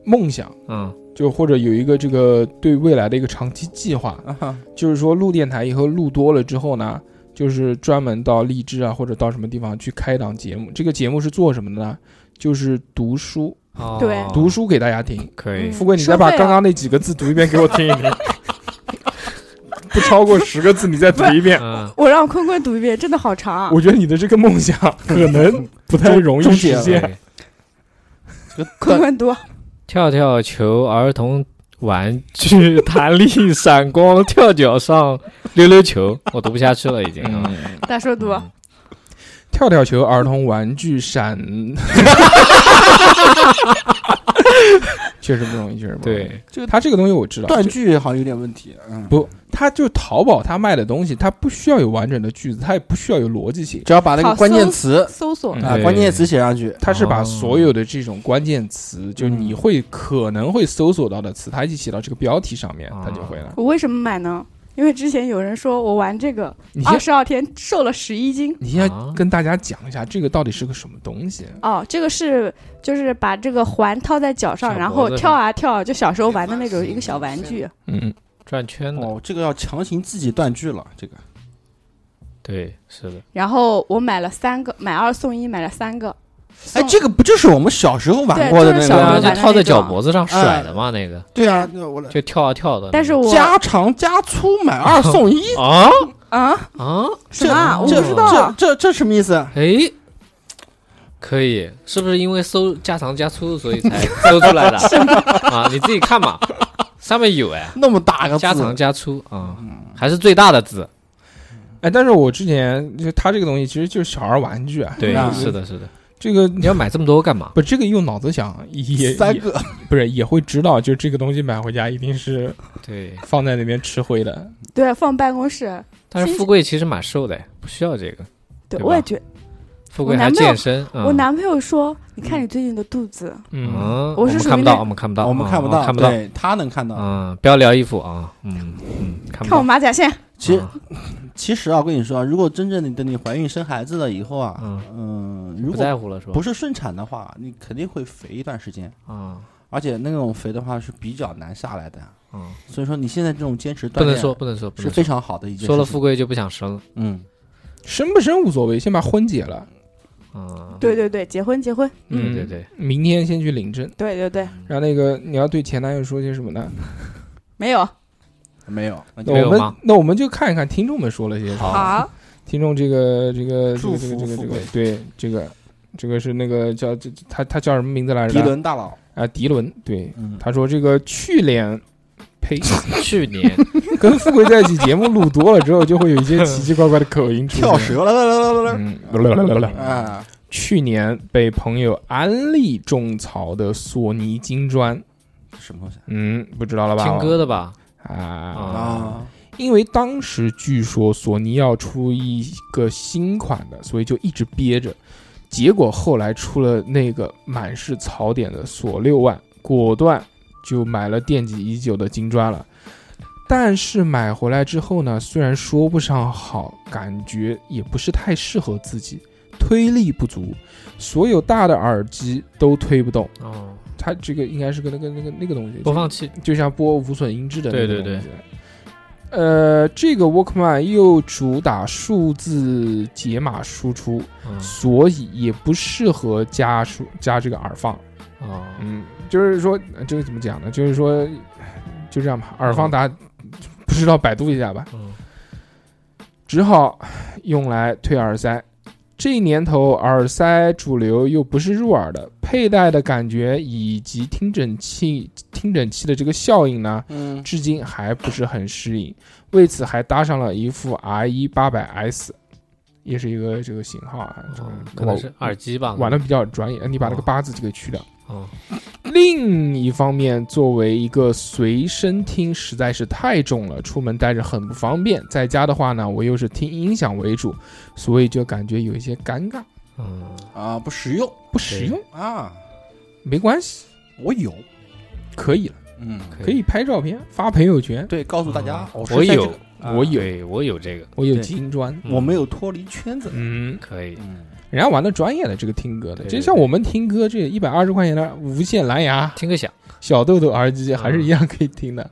梦想，
嗯，
就或者有一个这个对未来的一个长期计划，
啊哈。
嗯
就是说录电台以后录多了之后呢，就是专门到荔枝啊或者到什么地方去开一档节目。这个节目是做什么的呢？就是读书，
哦
对
啊
读书给大家听。
可以
嗯
富贵，你再把刚刚那几个字读一遍给我听一听， (laughs) 不超过十个字，你再读一
啊
遍。 (laughs)
嗯，
我让坤坤读一遍，真的好长啊。
我觉得你的这个梦想 (laughs) 可能不太容易实
终
现
结。
对
这个
坤
蛋
坤读，
跳跳球儿童玩具弹力闪光跳脚上溜溜球，我读不下去了已经啊。
嗯
大叔读，
嗯
跳跳球儿童玩具闪， (laughs) 确实不容易，确实不容易。
嗯
对，
对，它这个东西我知道，
断句好像有点问题，嗯，
不，它就淘宝它卖的东西，它不需要有完整的句子，它也不需要有逻辑性，
只要把那个
好
关键
搜
词
搜索
嗯
啊
对
关键词写上去，
它是把
哦
所有的这种关键词，就你会可能会搜索到的词，它一起写到这个标题上面，它就会了。
我为什么买呢？因为之前有人说我玩这个
你
二
先，
十二天瘦了十一斤。
你先
啊
跟大家讲一下这个到底是个什么东西。
哦，这个是就是把这个环套在脚上，
小
然
脖
后
子
跳
上
啊跳啊，就小时候玩的那种一个小玩具。
嗯，
转圈的，
哦，这个要强行自己断句了，这个
对，是的，
然后我买了三个，买二送一，买了三个。
哎，
送
这个不就是我们小时候玩过的那个
对就是
吗
小时候
啊，
玩
就
的那
套在
种
脚脖子上甩的嘛，那个
对啊，那我来
就跳啊跳的那个。
但是我
加长加粗买
(laughs)
二送一，
啊
啊
啊，
什么啊？我
这
不知道
这。这这什么意思？啊
哎，可以，是不是因为搜加长加粗，所以才搜出来的？啊，你自己看嘛，上面有哎，
那么大个字嗯
加长加粗啊、还是最大的字。
哎，但是我之前就它这个东西其实就是小孩玩具啊，
对
那，
是的，是的。
这个
你要买这么多干嘛？
不这个用脑子想也
三
也
个，
不是也会知道，就这个东西买回家一定是
对，
放在那边吃灰的。
对，放办公室。
但是
其实
富贵其实蛮瘦的，不需要这个。
对，
对
我也
吧
觉得。
富贵
我
还
男朋友
健身，嗯、
我男朋友说：“你看你最近的肚子，
嗯，
嗯，
我是
们
属于
看不
那
到，我们看不到，
我们
啊
看不
啊
到，
看不到。
对他能看到。
嗯，不要聊衣服啊，嗯嗯，看不
看我
到。
马甲线。
其实
啊
其实啊，我跟你说啊，如果真正你等你怀孕生孩子了以后啊，嗯，如
不
果
在乎了是吧？
不
是
是顺产的话，你肯定会肥一段时间，
啊，
而且那种肥的话是比较难下来的。
嗯，
所以说你现在这种坚持锻
不
炼，
能说，不能说，不
是
能
非
说。
常好的一件事情。
说了富贵就不想生了。
嗯，
生不生无所谓，先把婚结了。
嗯，”
对对对，结婚结婚。
对
嗯
对嗯对，
明天先去领证。
对对对，
然后那个你要对前男友说些什么呢？
没有。
没有，
那
那就
没嗯有
我们
吗
那我们就看一看听众们说了些什么。
好，
听众这个这个这
啊祝
个
福
这个这个这
富
个
贵
对这个这个是那个叫这这他他叫什么名字来着？
迪伦大佬，
啊，迪伦。对，
嗯，
他说这个去脸。呸！ (laughs)
去
(laughs)
年
跟富贵在一起节目录多了之后，就会有一些奇奇怪怪的口音出现。
跳蛇了来来来来来，
嗯，来来来来来。
啊，
去年被朋友安利种草的索尼金砖，
什么东西
嗯，不知道了吧？
哦
听歌的吧？
啊，
啊
啊？
因为当时据说索尼要出一个新款的，所以就一直憋着。结果后来出了那个满是槽点的索六万，果断就买了惦记已久的金砖了。但是买回来之后呢，虽然说不上好，感觉也不是太适合自己，推力不足，所有大的耳机都推不动。
哦，
它这个应该是个那个那个那个东西，
播放器
就像播无损音质的那
对
个
对
东西。呃，这个 Walkman 又主打数字解码输出，
嗯
所以也不适合加数加这个耳放。
哦，
嗯，就是说呃这个怎么讲呢？就是说就这样吧，耳放打不知道百度一下吧，
嗯，
只好用来推耳塞。这年头耳塞主流又不是入耳的，佩戴的感觉以及听诊器听诊器的这个效应呢，
嗯，
至今还不是很适应，为此还搭上了一副 R 一八百 S，也是一个这个型号啊，这个
嗯
哦可能是耳机吧，
玩的比较专业，你把那个
哦
八字就给去掉。
哦，
另一方面，作为一个随身听实在是太重了，出门带着很不方便，在家的话呢，我又是听音响为主，所以就感觉有一些尴尬，
嗯，
啊，不实用
不实用。
啊，
没关系，
我有，
可以了，
嗯，
可以拍照片发朋友圈，
对，告诉大家
啊，
我
我
是在这
有
个，
我有
啊对我有这个，
我有
对
金砖，
嗯
我没有脱离圈子，
嗯。
可以，
嗯，
人家玩的专业的这个听歌的，
对
就像我们听歌，这一百二十块钱的无线蓝牙
听个响，
小豆豆耳机还是一样可以听
(laughs)
的。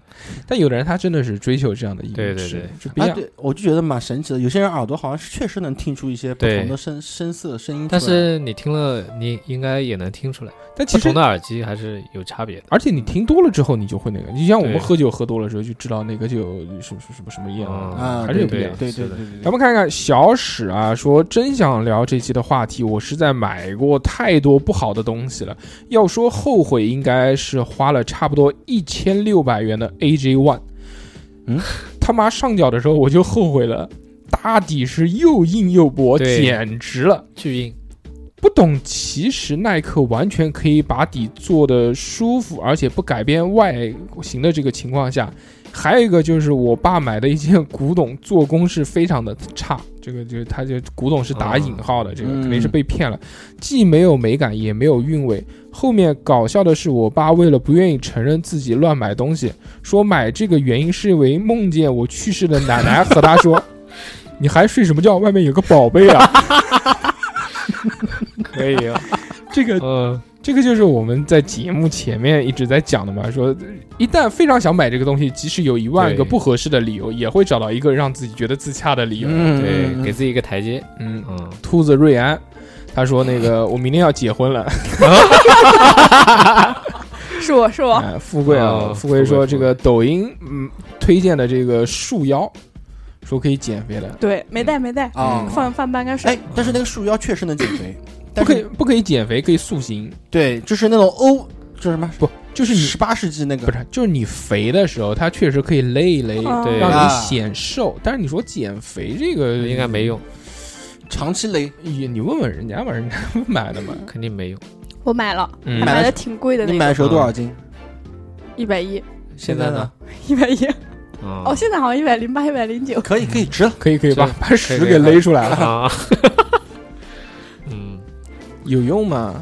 但有的人他真的是追求这样的音
对
乐，
对对，
就不一
啊，
样。
对，我就觉得蛮神奇的，有些人耳朵好像是确实能听出一些不
对
同的声声色声音出来，
但是你听了，你应该也能听出来，
但
不
其实
同，的耳机还是有差别的。
而且你听多了之后，你就会那个。你像我们
对
喝酒喝多了之后，就知道哪个酒什么什么什么样
嗯
啊，
还是有不一
对对
样。
对对
是的
对对，
咱们看看小史啊，说真想聊这期的话题，我实在买过太多不好的东西了。要说后悔，应该是花了差不多一千六百元的 AJ One。
嗯，
他妈上脚的时候我就后悔了，大底是又硬又薄，
对
简直了。
巨硬，
不懂，其实耐克完全可以把底做的舒服，而且不改变外形的这个情况下，还有一个就是我爸买的一件古董，做工是非常的差，这个就是他就古董是打引号的，这个
嗯
肯定是被骗了，既没有美感，也没有韵味。后面搞笑的是，我爸为了不愿意承认自己乱买东西，说买这个原因是因为梦见我去世的奶奶和他
(laughs)
说：“你还睡什么觉？外面有个宝贝啊！”
可以，啊
这
呃
个
呃
嗯，
这个就是我们在节目前面一直在讲的嘛，说一旦非常想买这个东西，即使有一万个
对
不合适的理由，也会找到一个让自己觉得自洽的理由。
嗯，
对，
嗯
给自己一个台阶，
嗯，
嗯，
兔子瑞安，他说那个我明天要结婚了。
是我是我，
哎富贵啊，
哦
富贵
富
说
贵
这个抖音嗯推荐的这个束腰，说可以减肥的，
对，没带没带，嗯
啊，
放放半缸水
哎，，但是那个束腰确实能减肥，
不
但
可以
是
不可以减肥，可以塑形，
对，就是那种欧，就是什么，
不就是你
十八世纪那
不
个，
是就是你肥的时候，它确实可以勒一勒，
啊
对
让
啊
你显瘦。但是你说减肥这个
应该没用，
长期勒，
你你问问人家吧，人家 (laughs) 不买的
嗯
嘛。
肯定没用。
我买了，
嗯
还买的挺贵的
你
那
买
个，
的时候多少斤？
一百一，
现在呢？？
一百一，
哦
哦，现在好像一百零八、一百零九，
可以可以值了，
可以可以把
是
把屎给勒出来了，
(laughs)
啊，嗯，
(laughs) 有用吗？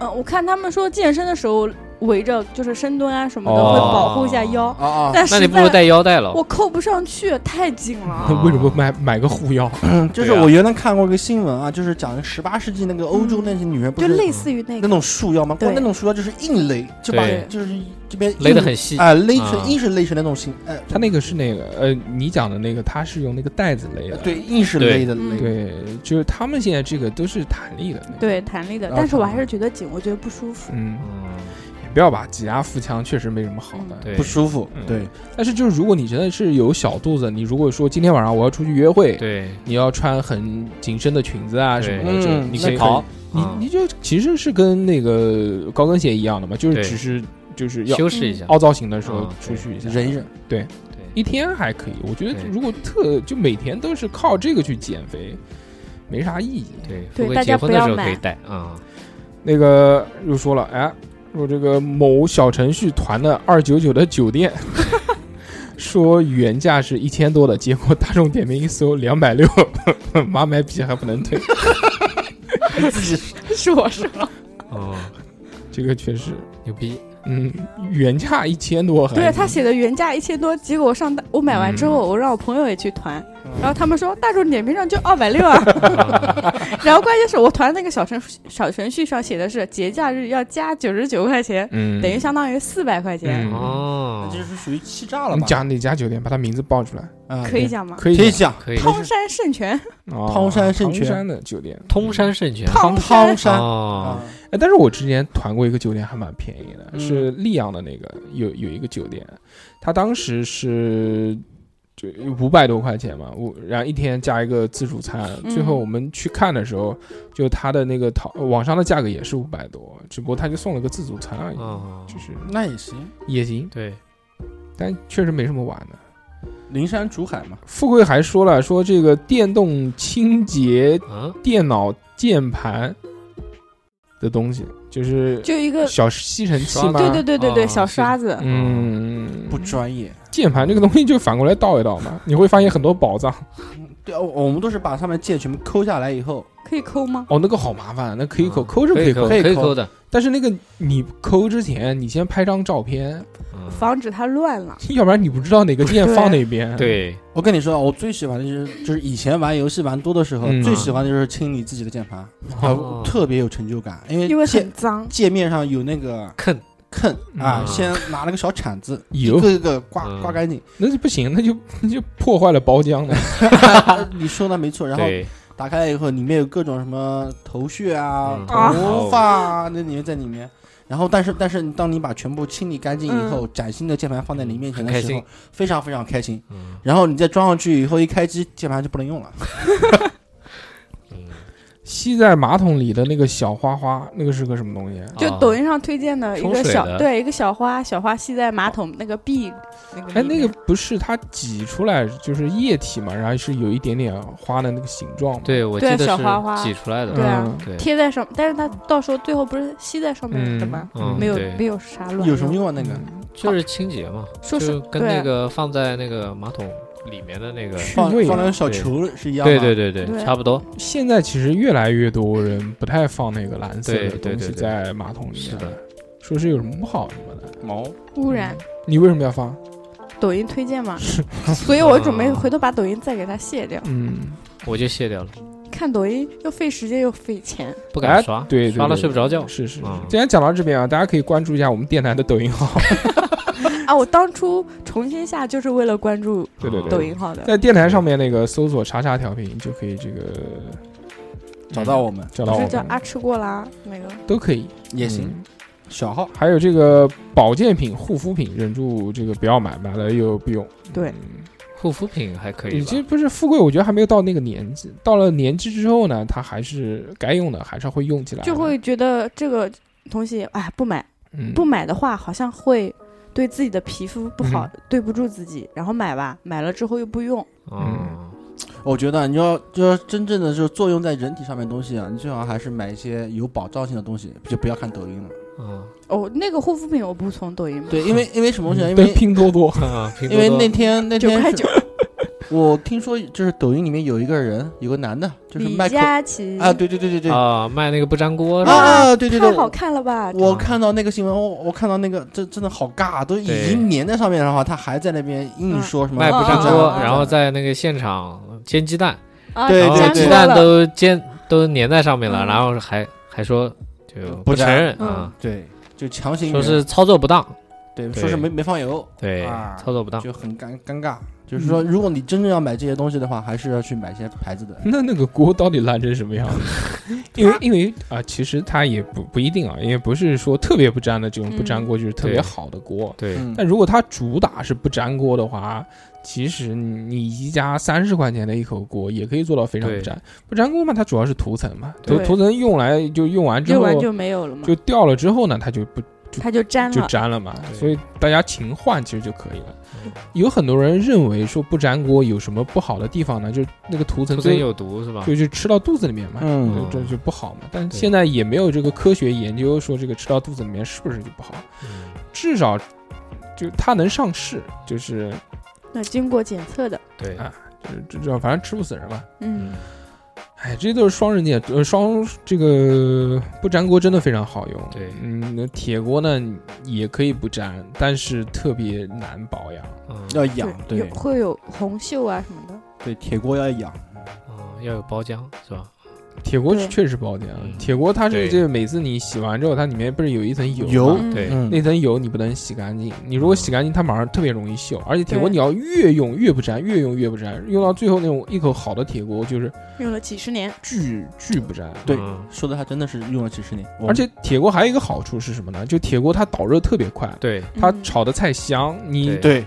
嗯，我看他们说健身的时候围着就是深蹲啊什么的，
哦
会保护一下腰，
啊啊，
但
那
实
你不如
在
带腰带了
我。扣不上去，太紧
(laughs)
了。
为什么不买买个护腰？
嗯就是
对啊
我原来看过一个新闻啊，就是讲十八世纪那个欧洲那些女人不
嗯就是类似于那
那
个，
种束腰吗？
对
光那种束腰就是硬勒，就把
对
就是这边
勒得
硬
很细
啊，勒成
啊
硬是勒成那种型，哎，
(laughs) 他那个是那个呃，你讲的那个，他是用那个带子勒的。
呃对硬是勒的
嗯
勒，
对，就是他们现在这个都是弹力的。那个，
对弹力的，
啊 (laughs)
但是我还是觉得紧，我觉得不舒服。
嗯，
嗯，
也不要吧，挤压腹腔确实没什么好的。
对
不舒服
嗯。
对，
但是就是如果你真的是有小肚子，你如果说今天晚上我要出去约会，
对，
你要穿很紧身的裙子啊什么的，
对
这
嗯
你
那
可以
跑
你
啊
你就其实是跟那个高跟鞋一样的嘛，就是
对
只是就是要
修饰一下，
嗯
凹造型的时候
啊
出去一下，
忍一忍。哦
对，
一天还可以。我觉得
对
如果特就每天都是靠这个去减肥，没啥意义。
对，
对
富贵
大
结
家
婚
不
的
要
时候可
买
以带啊，
那个又说了，哎，说这个某小程序团的二九九的酒店， (laughs) 说原价是一千多的，结果大众点评一搜两百六， (laughs) 妈卖批还不能退， (laughs)
是我是我，
嗯
哦，
这个确实，
牛逼，
(laughs)
嗯，原价一千多还
对啊他写的原价一千多，结果我上大我买完之
嗯
后，我让我朋友也去团，然后他们说大众点评上就二百六啊，
(laughs)
嗯
啊
然后关键是我团那个小程小程序上写的是节假日要加九十九块钱，
嗯，
等于相当于四百块钱，
嗯
哦
那，就是属于欺诈了
你
吧？
讲哪家酒店，把他名字报出来，
啊
可以
对
讲吗？
可以
可以
讲
讲，
可以，
汤山圣泉，
哦
汤山圣泉
汤山的酒店。
通山圣泉，
汤
汤
山
山
哦
啊，
哎，但是我之前团过一个酒店，还蛮便宜的，
嗯
是溧阳的那个有有一个酒店，他当时是就五百多块钱嘛，我然后一天加一个自助餐，
嗯
最后我们去看的时候，就他的那个淘网上的价格也是五百多，只不过他就送了个自助餐
啊
而已，
哦，
就是
那也行。
也行，
对，
但确实没什么玩的。
灵山竹海嘛，
富贵还说了，说这个电动清洁
啊，
电脑键盘的东西，就是
就一个，
小吸尘器
刷
吗？
对对对对对，
啊
小
是
刷子，
嗯，
不专业。
键盘这个东西就反过来倒一倒嘛，你会发现很多宝藏。
对，啊我我们都是把上面键全部抠下来以后，
可以抠吗？
哦，那个好麻烦，那可以抠，
嗯
抠是
可
以
抠，
抠，
可以
抠
抠的，
但是那个你抠之前，你先拍张照片，
嗯
防止它乱了。
要不然你不知道哪个键放哪边。，
对，
我跟你说啊，我最喜欢的就是就是以前玩游戏玩多的时候，
嗯
最喜欢的就是清理自己的键盘，
哦
啊特别有成就感，
嗯
因
因为
为界
很脏，
啊
界面上有那个
坑，
坑啊，
嗯
先拿了个小铲子，一
有
个一个刮
嗯
刮干净。 (laughs)
那就不行，那就那就破坏了包浆了。
啊你说的没错，然后
对，
打开了以后，里面有各种什么头屑啊、
嗯
头发啊，那里面在里面。然后，但是但是，当你把全部清理干净以后，崭新的键盘放在你面前
嗯很
的
开
时候
心，
非常非常开心。
嗯
然后你再装上去以后，一开机键盘就不能用了。
嗯，
吸在马桶里的那个小花花，那个是个什么东西？
就
啊
抖音上推荐的一
冲
个
水
小
的
对一个小花，小花吸在马桶那个壁那个
哎，
里
那个
面
不是它挤出来就是液体嘛，然后是有一点点花的那个形状嘛。
对，我记
对
得
小花花
是挤出来的，
对啊
嗯
对，
贴在上，但是它到时候最后不是吸在上面的吗？
嗯，
没有
对
没有啥
嗯
乱，
有什么？用啊？那个
就是清洁嘛，
说
就是跟那
对
个放在那个马桶里面的那个，
去
放
味
放
啊
那个小
对
球是一样
对
的。
对对对，
对
差不多，
现在其实越来越多人不太放那个蓝色
对
的
对
东
对
西
对
在马桶里面，
是的，
说是有什么不好什么的。嗯
毛
污染？
你为什么要放？
抖音推
(laughs)
荐嘛，所以我准
啊
备回头把抖音再给它卸掉。
嗯，
我就卸掉了，
看抖音又费时间又费钱，
不敢
哎
刷，
对对
刷了
对
睡不着觉，
是是是
嗯。
今天讲到这边啊，大家可以关注一下我们电台的抖音号。
啊！我当初重新下就是为了关注
对对对，
抖音号的，
在电台上面那个搜索“查查调频”就可以这个
找到我们
找到
不
我
是叫阿
们，
吃过啦那个
嗯
都可以
也行，
嗯
小号
还有这个保健品、护肤品，忍住这个不要买，买了又不用。
对
嗯
护肤品还可以
你
吧
其，实不是富贵，我觉得还没有到那个年纪。到了年纪之后呢，他还是该用的，还是会用起来的。
就会觉得这个东西哎不买。
嗯
不买的话，好像会对自己的皮肤不好，
嗯
对不住自己。然后买吧，买了之后又不用，
嗯，
我觉得你要就要真正的就是作用在人体上面的东西啊，你最好还是买一些有保障性的东西，就不要看抖音了。
嗯
哦，那个护肤品我不从抖音买，
对，因为因为什么东
嗯
西啊？因
对
为
拼多多， (laughs)
啊，拼
因
多
为
多
那天那
九
天
块
是
九。
(laughs) 我听说就是抖音里面有一个人，有个男的，就是
李
卖口
佳琦
啊，，对对对对对啊
啊卖那个不粘锅是吧，
啊，对对对
太，好看了吧？
我看到那个新闻，我我看到那个，这真的好尬，都已
对
经粘在上面的话，他还在那边硬说什么
卖不
布
粘
粘
锅
锅，啊
然后在那个现场煎鸡蛋，
啊，
对
然
你
后
对
讲
对
鸡
过
蛋
了
都煎都粘在上面了，
嗯
然后还还说就
不
承
粘
认
嗯
啊，
对，就强行
说是操作不当，
对，
对
说是没没放油，
对，
啊
操作不当。
就很尴尴尬。就是说，如果你真正要买这些东西的话，还是要去买一些牌子的。
那那个锅到底烂成什么样子？ (laughs) 因为因为啊、其实它也不不一定啊，也不是说特别不粘的这种不
嗯
粘锅就是特别
对
好的锅。
对，
嗯
但如果它主打是不粘锅的话，其实你你宜家三十块钱的一口锅也可以做到非常不
对
粘。不粘锅嘛，它主要是涂层嘛，涂
对
涂层用来就用完之
用
后
完就没有了嘛，
就掉了之后呢，它就不
它就粘
就
了。
粘了嘛。
对
所以大家勤换其实就可以了。有很多人认为说不粘锅有什么不好的地方呢？就是那个涂层
不真
最
有毒是吧？
就是吃到肚子里面嘛，
嗯
就这
嗯
就不好嘛。但
对
现在也没有这个科学研究说这个吃到肚子里面是不是就不好，
嗯
至少就它能上市，就是
那经过检测的，
对，
啊至至少反正吃不死人嘛。
嗯，
哎，这都是双刃剑，呃，双这个不粘锅真的非常好用。
对
嗯，那铁锅呢也可以不粘，但是特别难保养。
嗯
要
就
养，
有
对
会有红锈啊什么的。
对，铁锅要养，
嗯要有包浆是吧？
铁锅
对
确实不好点啊
嗯，
铁锅它是
对
这每次你洗完之后，它里面不是有一层油
油
吗
嗯
对，
嗯
那层油你不能洗干净，你如果洗干净，它马上特别容易锈，而且铁锅
对
你要越用越不粘，越用越不粘，用到最后那种一口好的铁锅就是
用了几十年，
巨巨不粘。
对
嗯
说的还真的是用了几十年，我
而且铁锅还有一个好处是什么呢？就铁锅它导热特别快，
对，
它
嗯
炒的菜香。你
对
对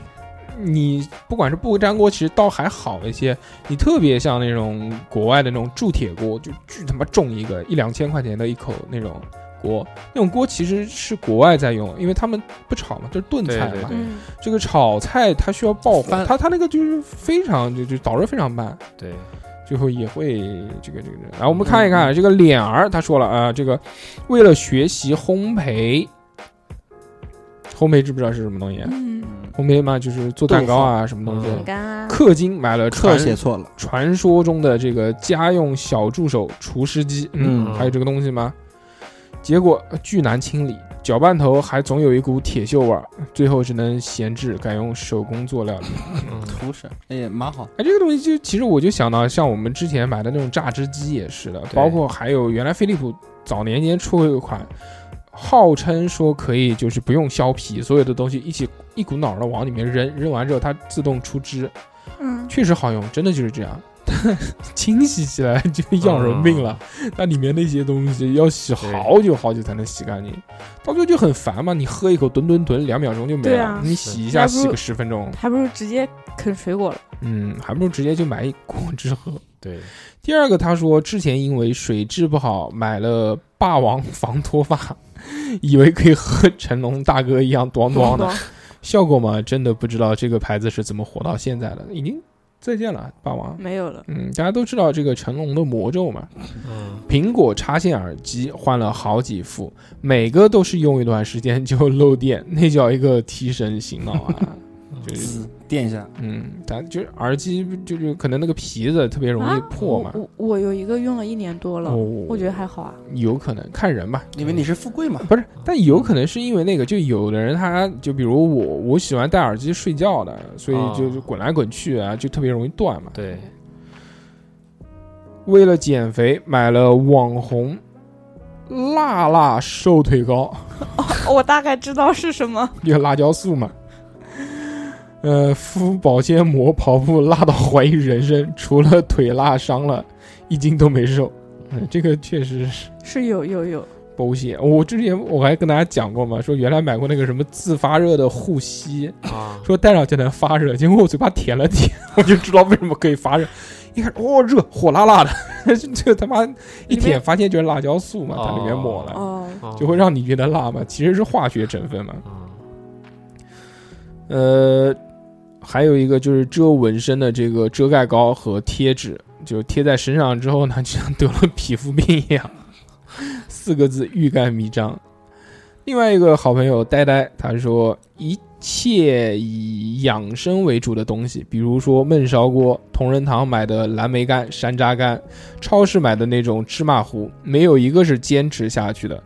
你不管是不粘锅，其实倒还好一些。你特别像那种国外的那种铸铁锅，就巨他妈重一个一两千块钱的一口那种锅，那种锅其实是国外在用，因为他们不炒嘛，就是炖
对
菜嘛。
对对
嗯，
这个炒菜它需要爆火，
翻
它它那个就是非常就就导热非常慢，
对，
最后也会这个这个。这个然后我们看一看啊这个脸儿，他说了啊，这个为了学习烘焙，烘焙知不知道是什么东西？啊
嗯，
嗯
烘焙嘛，就是做蛋糕啊，什么东西。
嗯
饼干啊，
氪金买了
课
传
写错了，
传说中的这个家用小助手厨师机，嗯，
嗯
还有这个东西吗？结果呃巨难清理，搅拌头还总有一股铁锈味儿，最后只能闲置，改用手工做料理。
嗯
图是哎也蛮好，
哎，这个东西就其实我就想到，像我们之前买的那种榨汁机也是的，包括还有原来飞利浦早年间出过一款，号称说可以就是不用削皮，所有的东西一起一股脑的往里面扔，扔完之后它自动出汁，
嗯，
确实好用，真的就是这样。 (laughs) 但清洗起来就要人命了，那、里面那些东西要洗好久好久才能洗干净，到最后就很烦嘛。你喝一口吨吨吨，两秒钟就没
对
了，
啊
你洗一下
是
洗个十分钟，
还不如直接啃水果了。
嗯，还不如直接就买一果汁喝。
对，
第二个，他说之前因为水质不好买了霸王防脱发，以为可以和成龙大哥一样咣咣
嗯
的，效果嘛，真的不知道这个牌子是怎么火到现在的，已经再见了霸王。
没有了。
嗯，大家都知道这个成龙的魔咒嘛，
嗯
苹果插线耳机换了好几副，每个都是用一段时间就漏电，那叫一个提神醒脑啊！就是
滋垫一下，
嗯，但就是耳机就是可能那个皮子特别 (laughs) 容易
啊
破嘛，哦
我我我有一个用了一年多了，我觉得还好啊。
有可能看人吧，
因为你是富贵
(laughs)
嘛，
不是，但有可能是因为那个，就有的人他就比如我，我喜欢戴耳机睡觉的，所以就
哦
就滚来滚去啊，就特别容易断嘛。
对，
为了减肥，买了网红辣辣瘦腿膏， (laughs)
哦我大概知道是什么，
有辣椒素嘛。呃，敷保鲜膜跑步辣到怀疑人生，除了腿辣伤了，一斤都没瘦。嗯，这个确实是。
(laughs) 是有有有，
保险，我之前我还跟大家讲过嘛，说原来买过那个什么自发热的护膝，
啊，
说戴上就能发热，结果我嘴巴舔了舔， (laughs) 我就知道为什么可以发热。一看，哦，热，火辣辣的， (laughs) 这他妈一
里
舔
面
发现就是辣椒素嘛，在里面
哦
抹了，
哦，
哦
就会让你觉得辣嘛，其实是化学成分嘛。
嗯
呃，还有一个就是遮纹身的这个遮盖膏和贴纸，就贴在身上之后呢，就像得了皮肤病一样。四个字欲盖弥彰。另外一个好朋友呆呆，他说一切以养生为主的东西，比如说焖烧锅、同仁堂买的蓝莓干、山楂干，超市买的那种芝麻糊，没有一个是坚持下去的。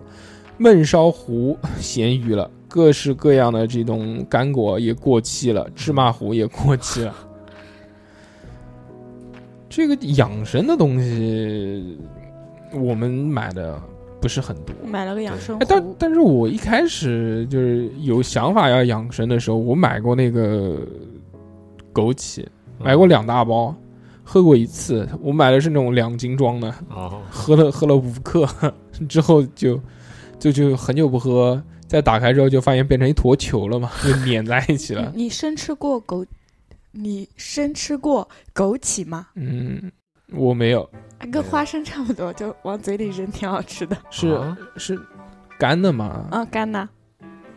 焖烧糊咸鱼了，各式各样的这种干果也过期了，芝麻糊也过期了。这个养生的东西，我们买的不是很多。
买了个养生
哎，但
壶，
但是我一开始就是有想法要养生的时候，我买过那个枸杞，买
嗯
过两大包，喝过一次。我买的是那种两斤装的，
哦，
喝了喝了五克 (laughs) 之后就就就很久不喝，再打开之后就发现变成一坨球了嘛， (laughs) 就粘在一起了。
你你生吃过枸，你生吃过枸杞吗？
嗯，我没有，
跟花生差不多，就往嘴里扔，挺好吃的。
是、
啊
是干的嘛？
啊，干呐，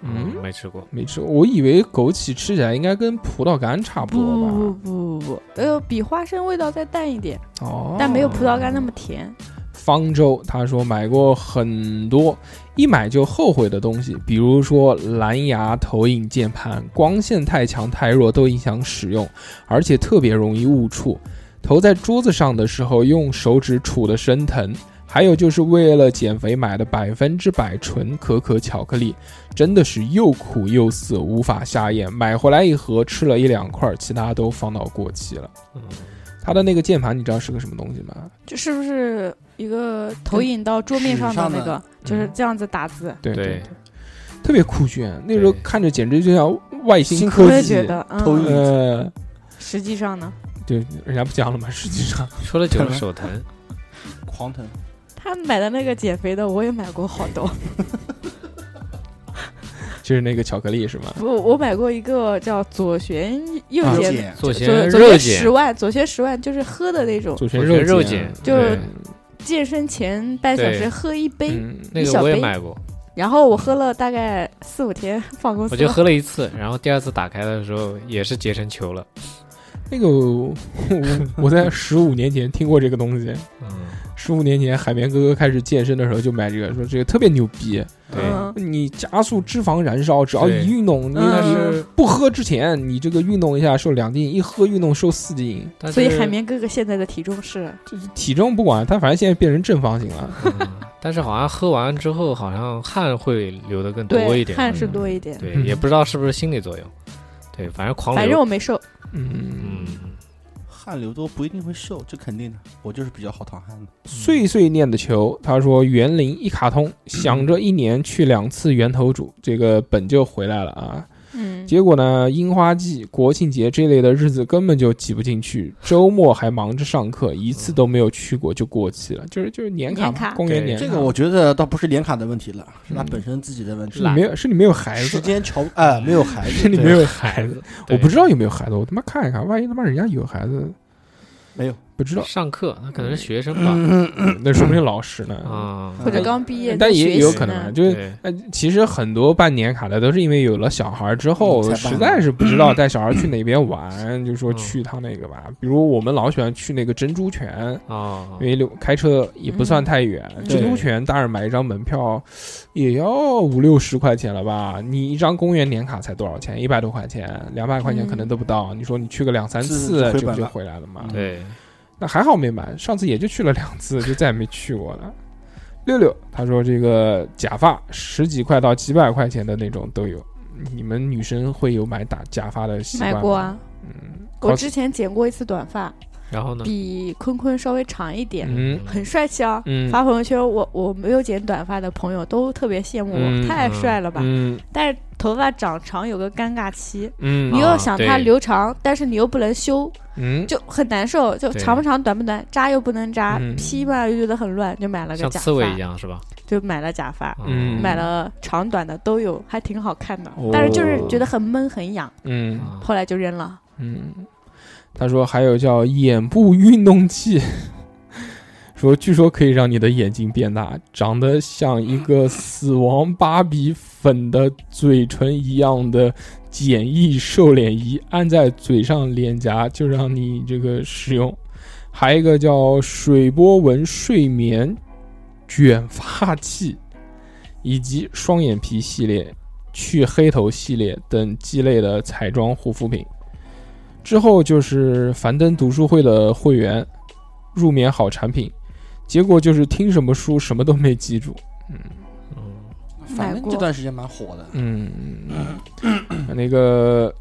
嗯，
没吃过，
没吃。我以为枸杞吃起来应该跟葡萄干差不
不
多吧？
不不不不，呃，比花生味道再淡一点，
哦，
但没有葡萄干那么甜。
方舟他说买过很多一买就后悔的东西，比如说蓝牙投影键盘，光线太强太弱都影响使用，而且特别容易误触。投在桌子上的时候用手指杵的生疼。还有就是为了减肥买的百分之百纯可可巧克力，真的是又苦又涩，无法下咽。买回来一盒吃了一两块，其他都放到过期了。
嗯
它的那个键盘你知道是个什么东西吗？
这是不是一个投影到桌面上的那个，就是这样子打字？
对
对
特别酷炫。那时候
对
看着简直就像外星科
我也
技
觉。得，
投影
嗯，
呃，
实际上呢，
对，人家不讲了吗？实际上，
说了久了手疼，
狂疼。
他买的那个减肥的，我也买过好多。
就是那个巧克力是吗？
不，我买过一个叫左旋右
二
减，
姐，
左
左
旋
左旋
碱
十，万，左旋十万就是喝的那种，
左旋
左旋
肉
肉
碱
碱，
就
对
健身前半小时
对
喝一杯，
嗯，
那
一
个
小
我也
杯
买过，
然后我喝了大概四五天，放公司 (laughs)
我
了。
就喝了一次，然后第二次打开的时候也是结成球了，
那个我我在十五年前听过这个东西。
嗯，
十五年前，海绵哥哥开始健身的时候就买这个，说这个特别牛逼，
对，
嗯
你加速脂肪燃烧，只要
对
一运动，你
但
嗯
是
不喝之前，你这个运动一下瘦两斤，一喝运动瘦四斤，
但是
所以海绵哥哥现在的体重是，
体重不管，他反正现在变成正方形了。
嗯但是好像喝完之后，好像汗会流的更多一
对，
点，
汗是
嗯
多一点。
对，
嗯
也不知道是不是心理作用，对，反正狂
反正
流，
我没瘦，
嗯，
嗯，
汗流多不一定会瘦，这肯定的。我就是比较好淌汗的。
碎碎念的球，他说园林一卡通，想着一年去两次源头煮，这个本就回来了啊。
嗯，
结果呢，樱花季、国庆节这类的日子根本就挤不进去，周末还忙着上课，一次都没有去过就过期了，就是就是年卡嘛，
年卡
公园
对
年卡。
这个我觉得倒不是联卡的问题了，是他
嗯
本身自己的问题。
是你没有，是你没有孩
时
子，
间瞧哎没有孩
(laughs) 是 (laughs)
子，
你没有孩子。我
对
不知道有没有孩子，我他妈看一看，万一他妈人家有孩子，
没有
不
(laughs)
知道，嗯
上课，那可能是学生吧，
那说不定老师呢。
啊，
或者刚毕业，
但嗯也也有可能啊，
呢。
就是
对
呃，其实很多办年卡的都是因为有了小孩之后
嗯才，办
实在是不知
嗯
道带小孩去哪边玩，就说去一趟那个吧。比如我们老喜欢去那个珍珠泉，
啊
因，为留开车也不算太远。
嗯
珍珠泉大人买一张门票也要五六十块钱了吧？你一张公园年卡才多少钱？一百多块钱，两百块钱
嗯
可能都不到。你说你去个两三次，
是是回本
这不就
了
回来了吗？
对，
那还好没买，上次也就去了两次，就再也没去过了。六六他说这个假发十几块到几百块钱的那种都有，你们女生会有买打假发的习惯
买
吗？
过啊，
嗯，
我
cos-
之前剪过一次短发，
然后呢，
比坤坤稍微长一点，
嗯
很帅气啊。
嗯
发朋友圈，我我没有剪短发的朋友都特别羡慕
嗯
我，太帅了吧！
嗯
但是头发长长有个尴尬期，
嗯
你又想它
对
留长，但是你又不能修，
嗯，
就很难受，就
对
长不长、短不短，扎又不能扎
嗯，
披嘛又觉得很乱，就买了个
像
假
刺猬一
发，
样是吧？啊
就买了假发，
嗯
买了长短的都有，还挺好看的
哦，
但是就是觉得很闷很痒，
嗯
啊
后来就扔了。
嗯，他说还有叫眼部运动器， (laughs) 说据说可以让你的眼睛变大，长得像一个死亡芭比粉的嘴唇一样的简易瘦脸仪，按在嘴上脸颊就让你这个使用。还有一个叫水波纹睡眠卷发器，以及双眼皮系列、去黑头系列等鸡肋的彩妆护肤品。之后就是樊登读书会的会员，入眠好产品，结果就是听什么书什么都没记住。
嗯
反
买
正
过
这段时间蛮火的。
嗯，那个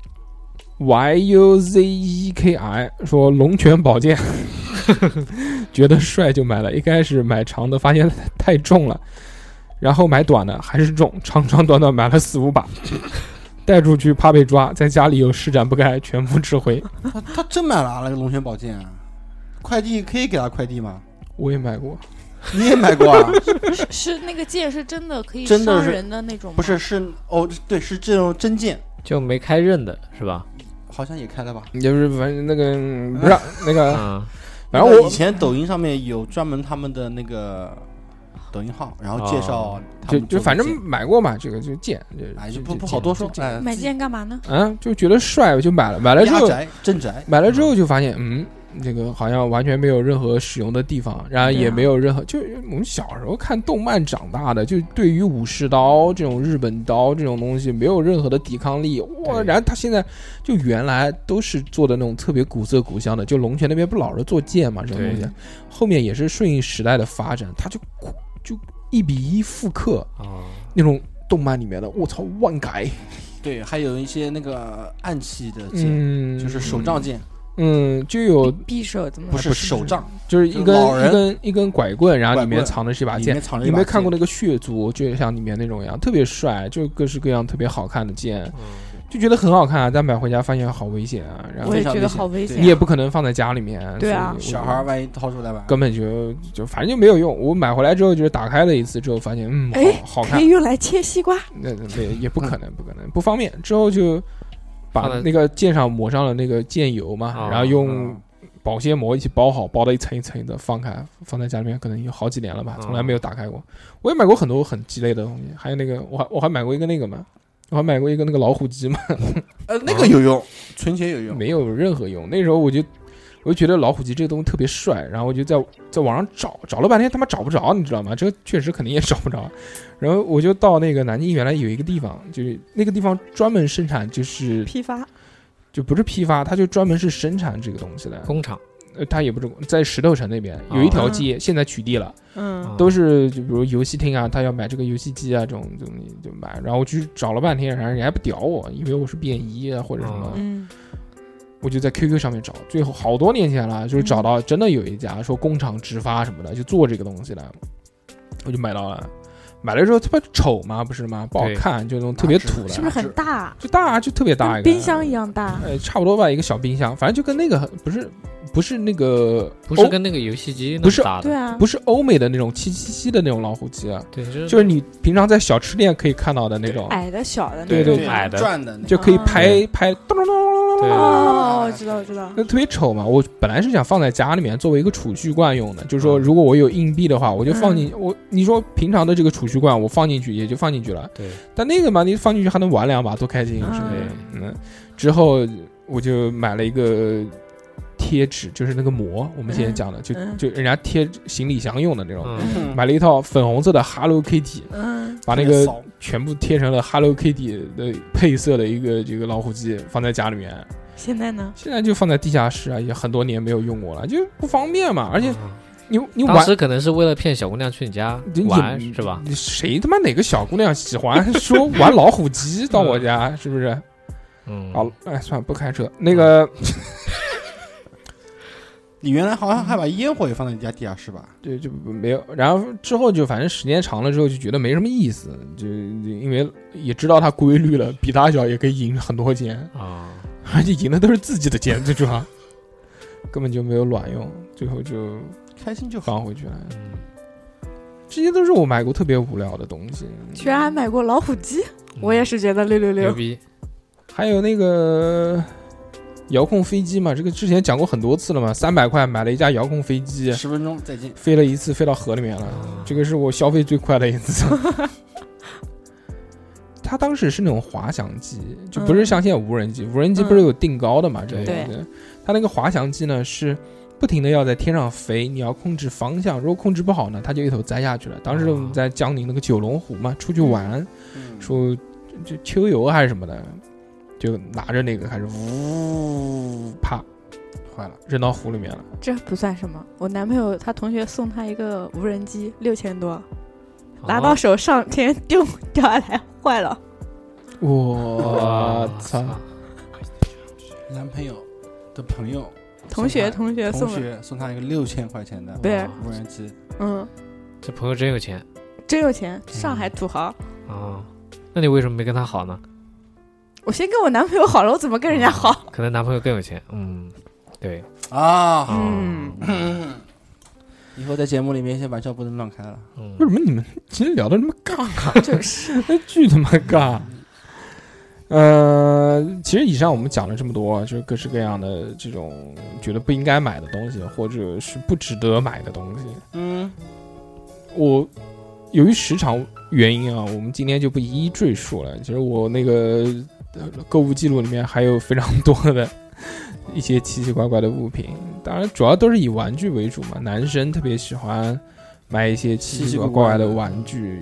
Y U Z E K I 说龙泉宝剑， (laughs) 觉得帅就买了，一开始买长的发现太重了，然后买短的还是重，长长短短买了四五把，带出去怕被抓，在家里又施展不开，全部吃灰。
他他真买了啊那个龙泉宝剑，快递可以给他快递吗？
我也买过，
你也买过啊？ (laughs)
是是那个剑是真的可以
真的
伤
是
人的那种吗？
不是，是哦，对，是这种真剑，
就没开刃的是吧？
好像也开了吧？
就是反正那个嗯不让
(laughs)
那个，
啊，
反正
嗯以
我
前抖音上面有专门他们的那个抖音号，然后介绍他
哦就
们做的
就反
剑
正买过嘛，这个就贱，这
哎
这
就不
这
不好
贱
多
这
说，
贱
哎，
买剑干嘛呢？
嗯，就觉得帅，我就买了，买了之
压
后
宅镇宅，
买了之后就发现，嗯，这个好像完全没有任何使用的地方，然后也没有任何，就我们小时候看动漫长大的，就对于武士刀这种日本刀这种东西没有任何的抵抗力，哇！
对
然后他现在就原来都是做的那种特别古色古香的，就龙泉那边不老是做剑嘛，这种东西
对，
后面也是顺应时代的发展，他就就一比一复刻
哦，
那种动漫里面的，我操，万改，
对，还有一些那个暗器的剑，
嗯，
就是手杖，剑，
嗯，就有
匕首怎么
不
了？
是手杖，
就是一根
就老人
一根一根拐棍，然后里
拐
面
棍
藏的是一把
里
剑
面。藏着
你
一
有
把
没有看过
剑
那个血族，就像里面那种一样，特别帅，就各式各样特别好看的剑，
嗯
就觉得很好看啊。但买回家发现好危险啊，然后
我也
非常
觉得
危险
好危险
你也不可能放在家里面。
对啊
所以我
小孩儿万一掏出来玩，
根本就就反正就没有用。我买回来之后就是打开了一次之后发现，嗯，
哎
好好
可
看
以，用来切西瓜。
那那那也不可能，不可能，不方便。之后就把
放在
那个剑上抹上了那个剑油嘛，
哦
然后用
嗯
保鲜膜一起包好，包的一层一层的放开，放在家里面可能有好几年了吧，
嗯
从来没有打开过。我也买过很多很鸡肋的东西，还有那个我还我还买过一个那个嘛，我还买过一个那个老虎机嘛，
呃，那个有用，存钱有用，
没有任何用。那时候我就。我就觉得老虎机这个东西特别帅，然后我就在在网上找，找了半天他妈找不着，你知道吗？这个确实肯定也找不着。然后我就到那个南京原来有一个地方，就是那个地方专门生产，就是
批发
就不是批发，它就专门是生产这个东西的。
工厂
呃，它也不是在石头城那边有一条街，现在取缔了，
啊
嗯，
都
是
是就比如游戏厅啊，他要买这个游戏机啊，这种东西就买。然后我去找了半天，然后人家还不屌我，以为我是便衣啊或者什么
哦，
嗯，
我就在 QQ 上面找，最后好多年前了，
嗯
就是找到真的有一家说工厂直发什么的，就做这个东西的，我就买到了。买了之后特别丑嘛，不是吗？不好
对
看，就那种特别土的，
是不是很大？
就大就特别大一个
跟冰箱一样大。
呃，差不多吧，一个小冰箱，反正就跟那个不是不是那个
不是
欧
跟那个游戏机那
哦不是
么大的？
对啊，
不是欧美的那种七七七的那种老虎机啊，
对，就是
就是你平常在小吃店可以看到的那种，
矮的小的那
对
种。
对
买的
赚的那
就
个，
可以
哎啊
拍拍咚咚咚咚咚
对
咚。
哦，我知道，我知道。
那特别丑嘛！我本来是想放在家里面作为一个储蓄罐用的，就是说，
嗯
如果我有硬币的话，我就
嗯
放进我。你说平常的这个储蓄罐，我放进去也就放进去了。
对，
但那个嘛，你放进去还能玩两把，多开心啊！是不是？嗯。之后我就买了一个贴纸，就是那个膜，我们现在讲的，就
嗯
就人家贴行李箱用的那种。
嗯，
(laughs)
嗯
买了一套粉红色的 Hello Kitty，
嗯，
把那
特别
个
骚
全部贴成了 Hello Kitty 的配色的一个这个老虎机，放在家里面。
现在呢？
现在就放在地下室啊，也很多年没有用过了，就不方便嘛。而且
嗯
你你
当
玩
时可能是为了骗小姑娘去你家
你
玩
你
是吧？
你谁他妈哪个小姑娘喜欢说 (laughs) 玩老虎机到我家，是不是？
嗯，
好，哎，算了，不开车。那个
你原来好像还把烟火也放在你家地下室吧？
对就没有，然后之后就反正时间长了之后就觉得没什么意思，就就因为也知道它规律了，比大小也可以赢很多钱，
啊，
而且赢的都是自己的钱，最主要根本就没有卵用，最后就
开心就好。
放回去了。
嗯
这些都是我买过特别无聊的东西。
居然还买过老虎机，
嗯
我也是觉得六六
牛
六。
逼，
还有那个遥控飞机嘛，这个之前讲过很多次了嘛，三百块买了一架遥控飞机，
十分钟再见。
飞了一次飞到河里面
嗯
了，这个是我消费最快的一次。它当时是那种滑翔机，就不是像现在无人机，无人机不是有定高的嘛？这个
对
东西它那个滑翔机呢是。不停的要在天上飞，你要控制方向，如果控制不好呢，它就一头栽下去了。当时我们在江宁那个九龙湖嘛，出去玩，
嗯
说就秋游还是什么的，就拿着那个开始呜，啪
坏了，
扔到湖里面了。
这不算什么，我男朋友他同学送他一个无人机，六千多，拿到
哦
手上天丢掉下来坏了，
我操！
男朋友的朋友
同
送
学同学
他
送
同
的，
学送他一个六千块钱的
对
哇
无人机，
嗯，
这朋友真有钱，
真有钱，上海土豪。
哦，那你为什么没跟他好呢？
我先跟我男朋友好了，我怎么跟人家好？
可能男朋友更有钱。嗯，对，
啊！
嗯，
以后在节目里面一些玩笑不能乱开了。
嗯
为什么你们今天聊的那么尬？啊
(laughs) 就是
(laughs) 那巨他妈尬。啊呃，其实以上我们讲了这么多，啊就是各式各样的这种觉得不应该买的东西，或者是不值得买的东西。
嗯，
我由于时长原因啊，我们今天就不一一赘述了。其实我那个呃购物记录里面还有非常多的一些奇奇怪怪的物品，当然主要都是以玩具为主嘛。男生特别喜欢买一些奇奇怪怪的玩具，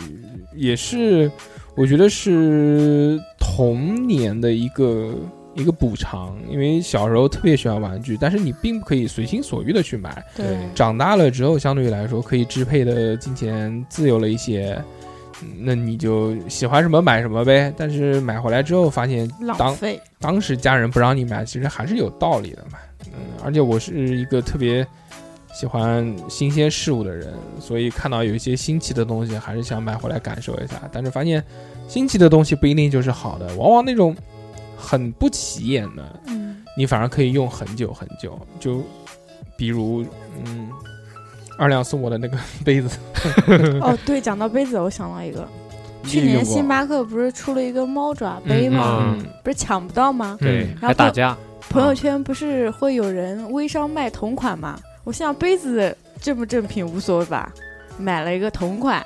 也是我觉得是童年的一个。一个补偿，因为小时候特别喜欢玩具，但是你并不可以随心所欲的去买，
对，
长大了之后，相对于来说可以支配的金钱自由了一些，嗯那你就喜欢什么买什么呗。但是买回来之后发现
浪
当
费。
当时家人不让你买，其实还是有道理的嘛。嗯，而且我是一个特别喜欢新鲜事物的人，所以看到有一些新奇的东西，还是想买回来感受一下。但是发现新奇的东西不一定就是好的，往往那种很不起眼的，
(laughs) 嗯，
你反而可以用很久很久。就比如，嗯，二亮送我的那个杯子，
哦，对，讲到杯子，我想到一个，去
你也
年
用过
星巴克不是出了一个猫爪杯吗？
嗯
不是抢不到吗？
嗯
对，
然后
还打架，
朋友圈不是会有人微商卖同款吗？我想杯子正不正品无所谓吧，买了一个同款，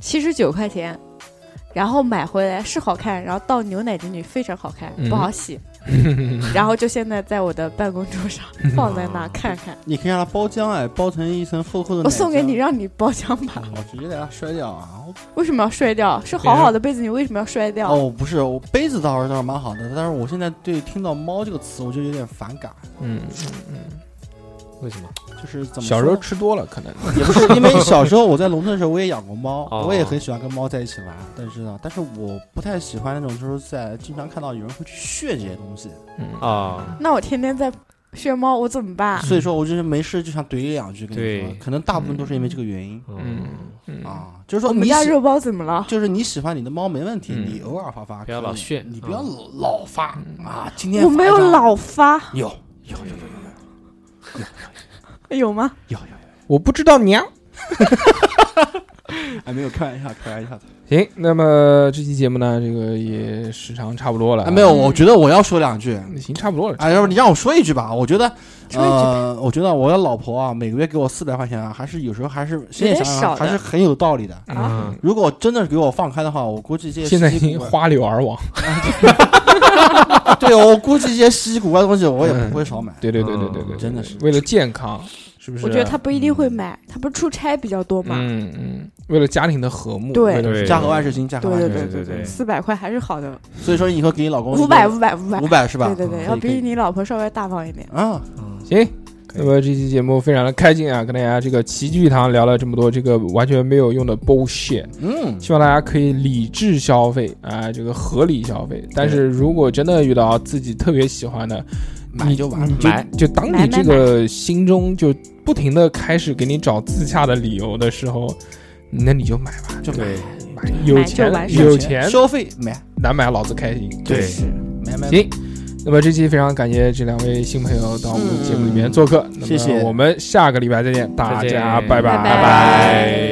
七十九块钱，然后买回来是好看，然后倒牛奶进去非常好看，
嗯
不
(laughs)
好洗，然后就现在在我的办公桌上放在那看看。
你可以让它包浆哎，包成一层厚厚的。
我送给你，。让你包浆吧。
嗯我直接给它摔掉啊！
为什么要摔掉？是好好的杯子，你为什么要摔掉？
哦，不是，我杯子倒是倒是蛮好的，但是我现在对听到“猫”这个词，我就有点反感。
嗯，
为什么？
就是怎么
小时
说
候
呢
吃多了可能。(laughs)
也不是，因为小时候我在农村的时候，我也养过猫，
哦
我也很喜欢跟猫在一起玩。但是呢，但是我不太喜欢那种，就是在经常看到有人会去炫这些东西，
嗯，
啊，
那我天天在炫猫，我怎么办？
所以说我就是没事就想怼你两句，跟你说
对，
可能大部分都是因为这个原因、
嗯
嗯，
嗯
啊，就是说
我
你
们家
喜，
肉包怎么了？
就是你喜欢你的猫没问题，
嗯
你偶尔发发，
不要
可以
老炫
你不要老老发、啊，今天
我
发
没
一
有
张
老发，
有有有有有
有吗？
有有有，
我不知道娘。
哎，没有开玩笑，开玩笑的，
行，那么这期节目呢，这个也时长差不多了。
哎，没有，我觉得我要说两句，
行，差不多了。
哎，要不你让我说一句吧？我觉得，
说一句
呃，我觉得我的老婆啊，每个月给我四百块钱啊，还是有时候还是现在想
有点少
想
的
还是很有道理的。
嗯，
如果真的是给我放开的话，我估计这些
现在
稀
已
奇
经
古怪
花柳而亡。
对我估计这些稀奇古怪的东西我也不会少买。
对对对对对对，
真的是
为了健康，
啊
是不是？
我觉得他不一定会买，他不是出差比较多嘛。
嗯嗯，为了家庭的和睦，
对
为了
对
家和万事兴，家和
对
万事
对
兴。
对
对
对对
四百块还是好的，
所以说，你以后给你老公
五百五百五百
哦五，百是吧？
对对
嗯
对，要
可以可
比
以
你老婆稍微大方一点。
啊，
行，
可以
那么这期节目非常的开心啊，跟大家这个齐聚一堂聊了这么多这个完全没有用的 bullshit，
嗯，
希望大家可以理智消费啊、这个合理消费。但是如果真的遇到自己特别喜欢的，
买就完
你
了。
就
买
就当你
买买
这个心中就不停的开始给你找自洽的理由的时候，那你就买吧，
就买
嗯对，买
就
有
完
钱
事
有钱
消费买
难买老子开心。
对，
买买。
行，那么这期非常感谢这两位新朋友到我们节目里面做客，那么
谢谢
我们下个礼拜再见，大
再见
家拜
拜
拜
拜。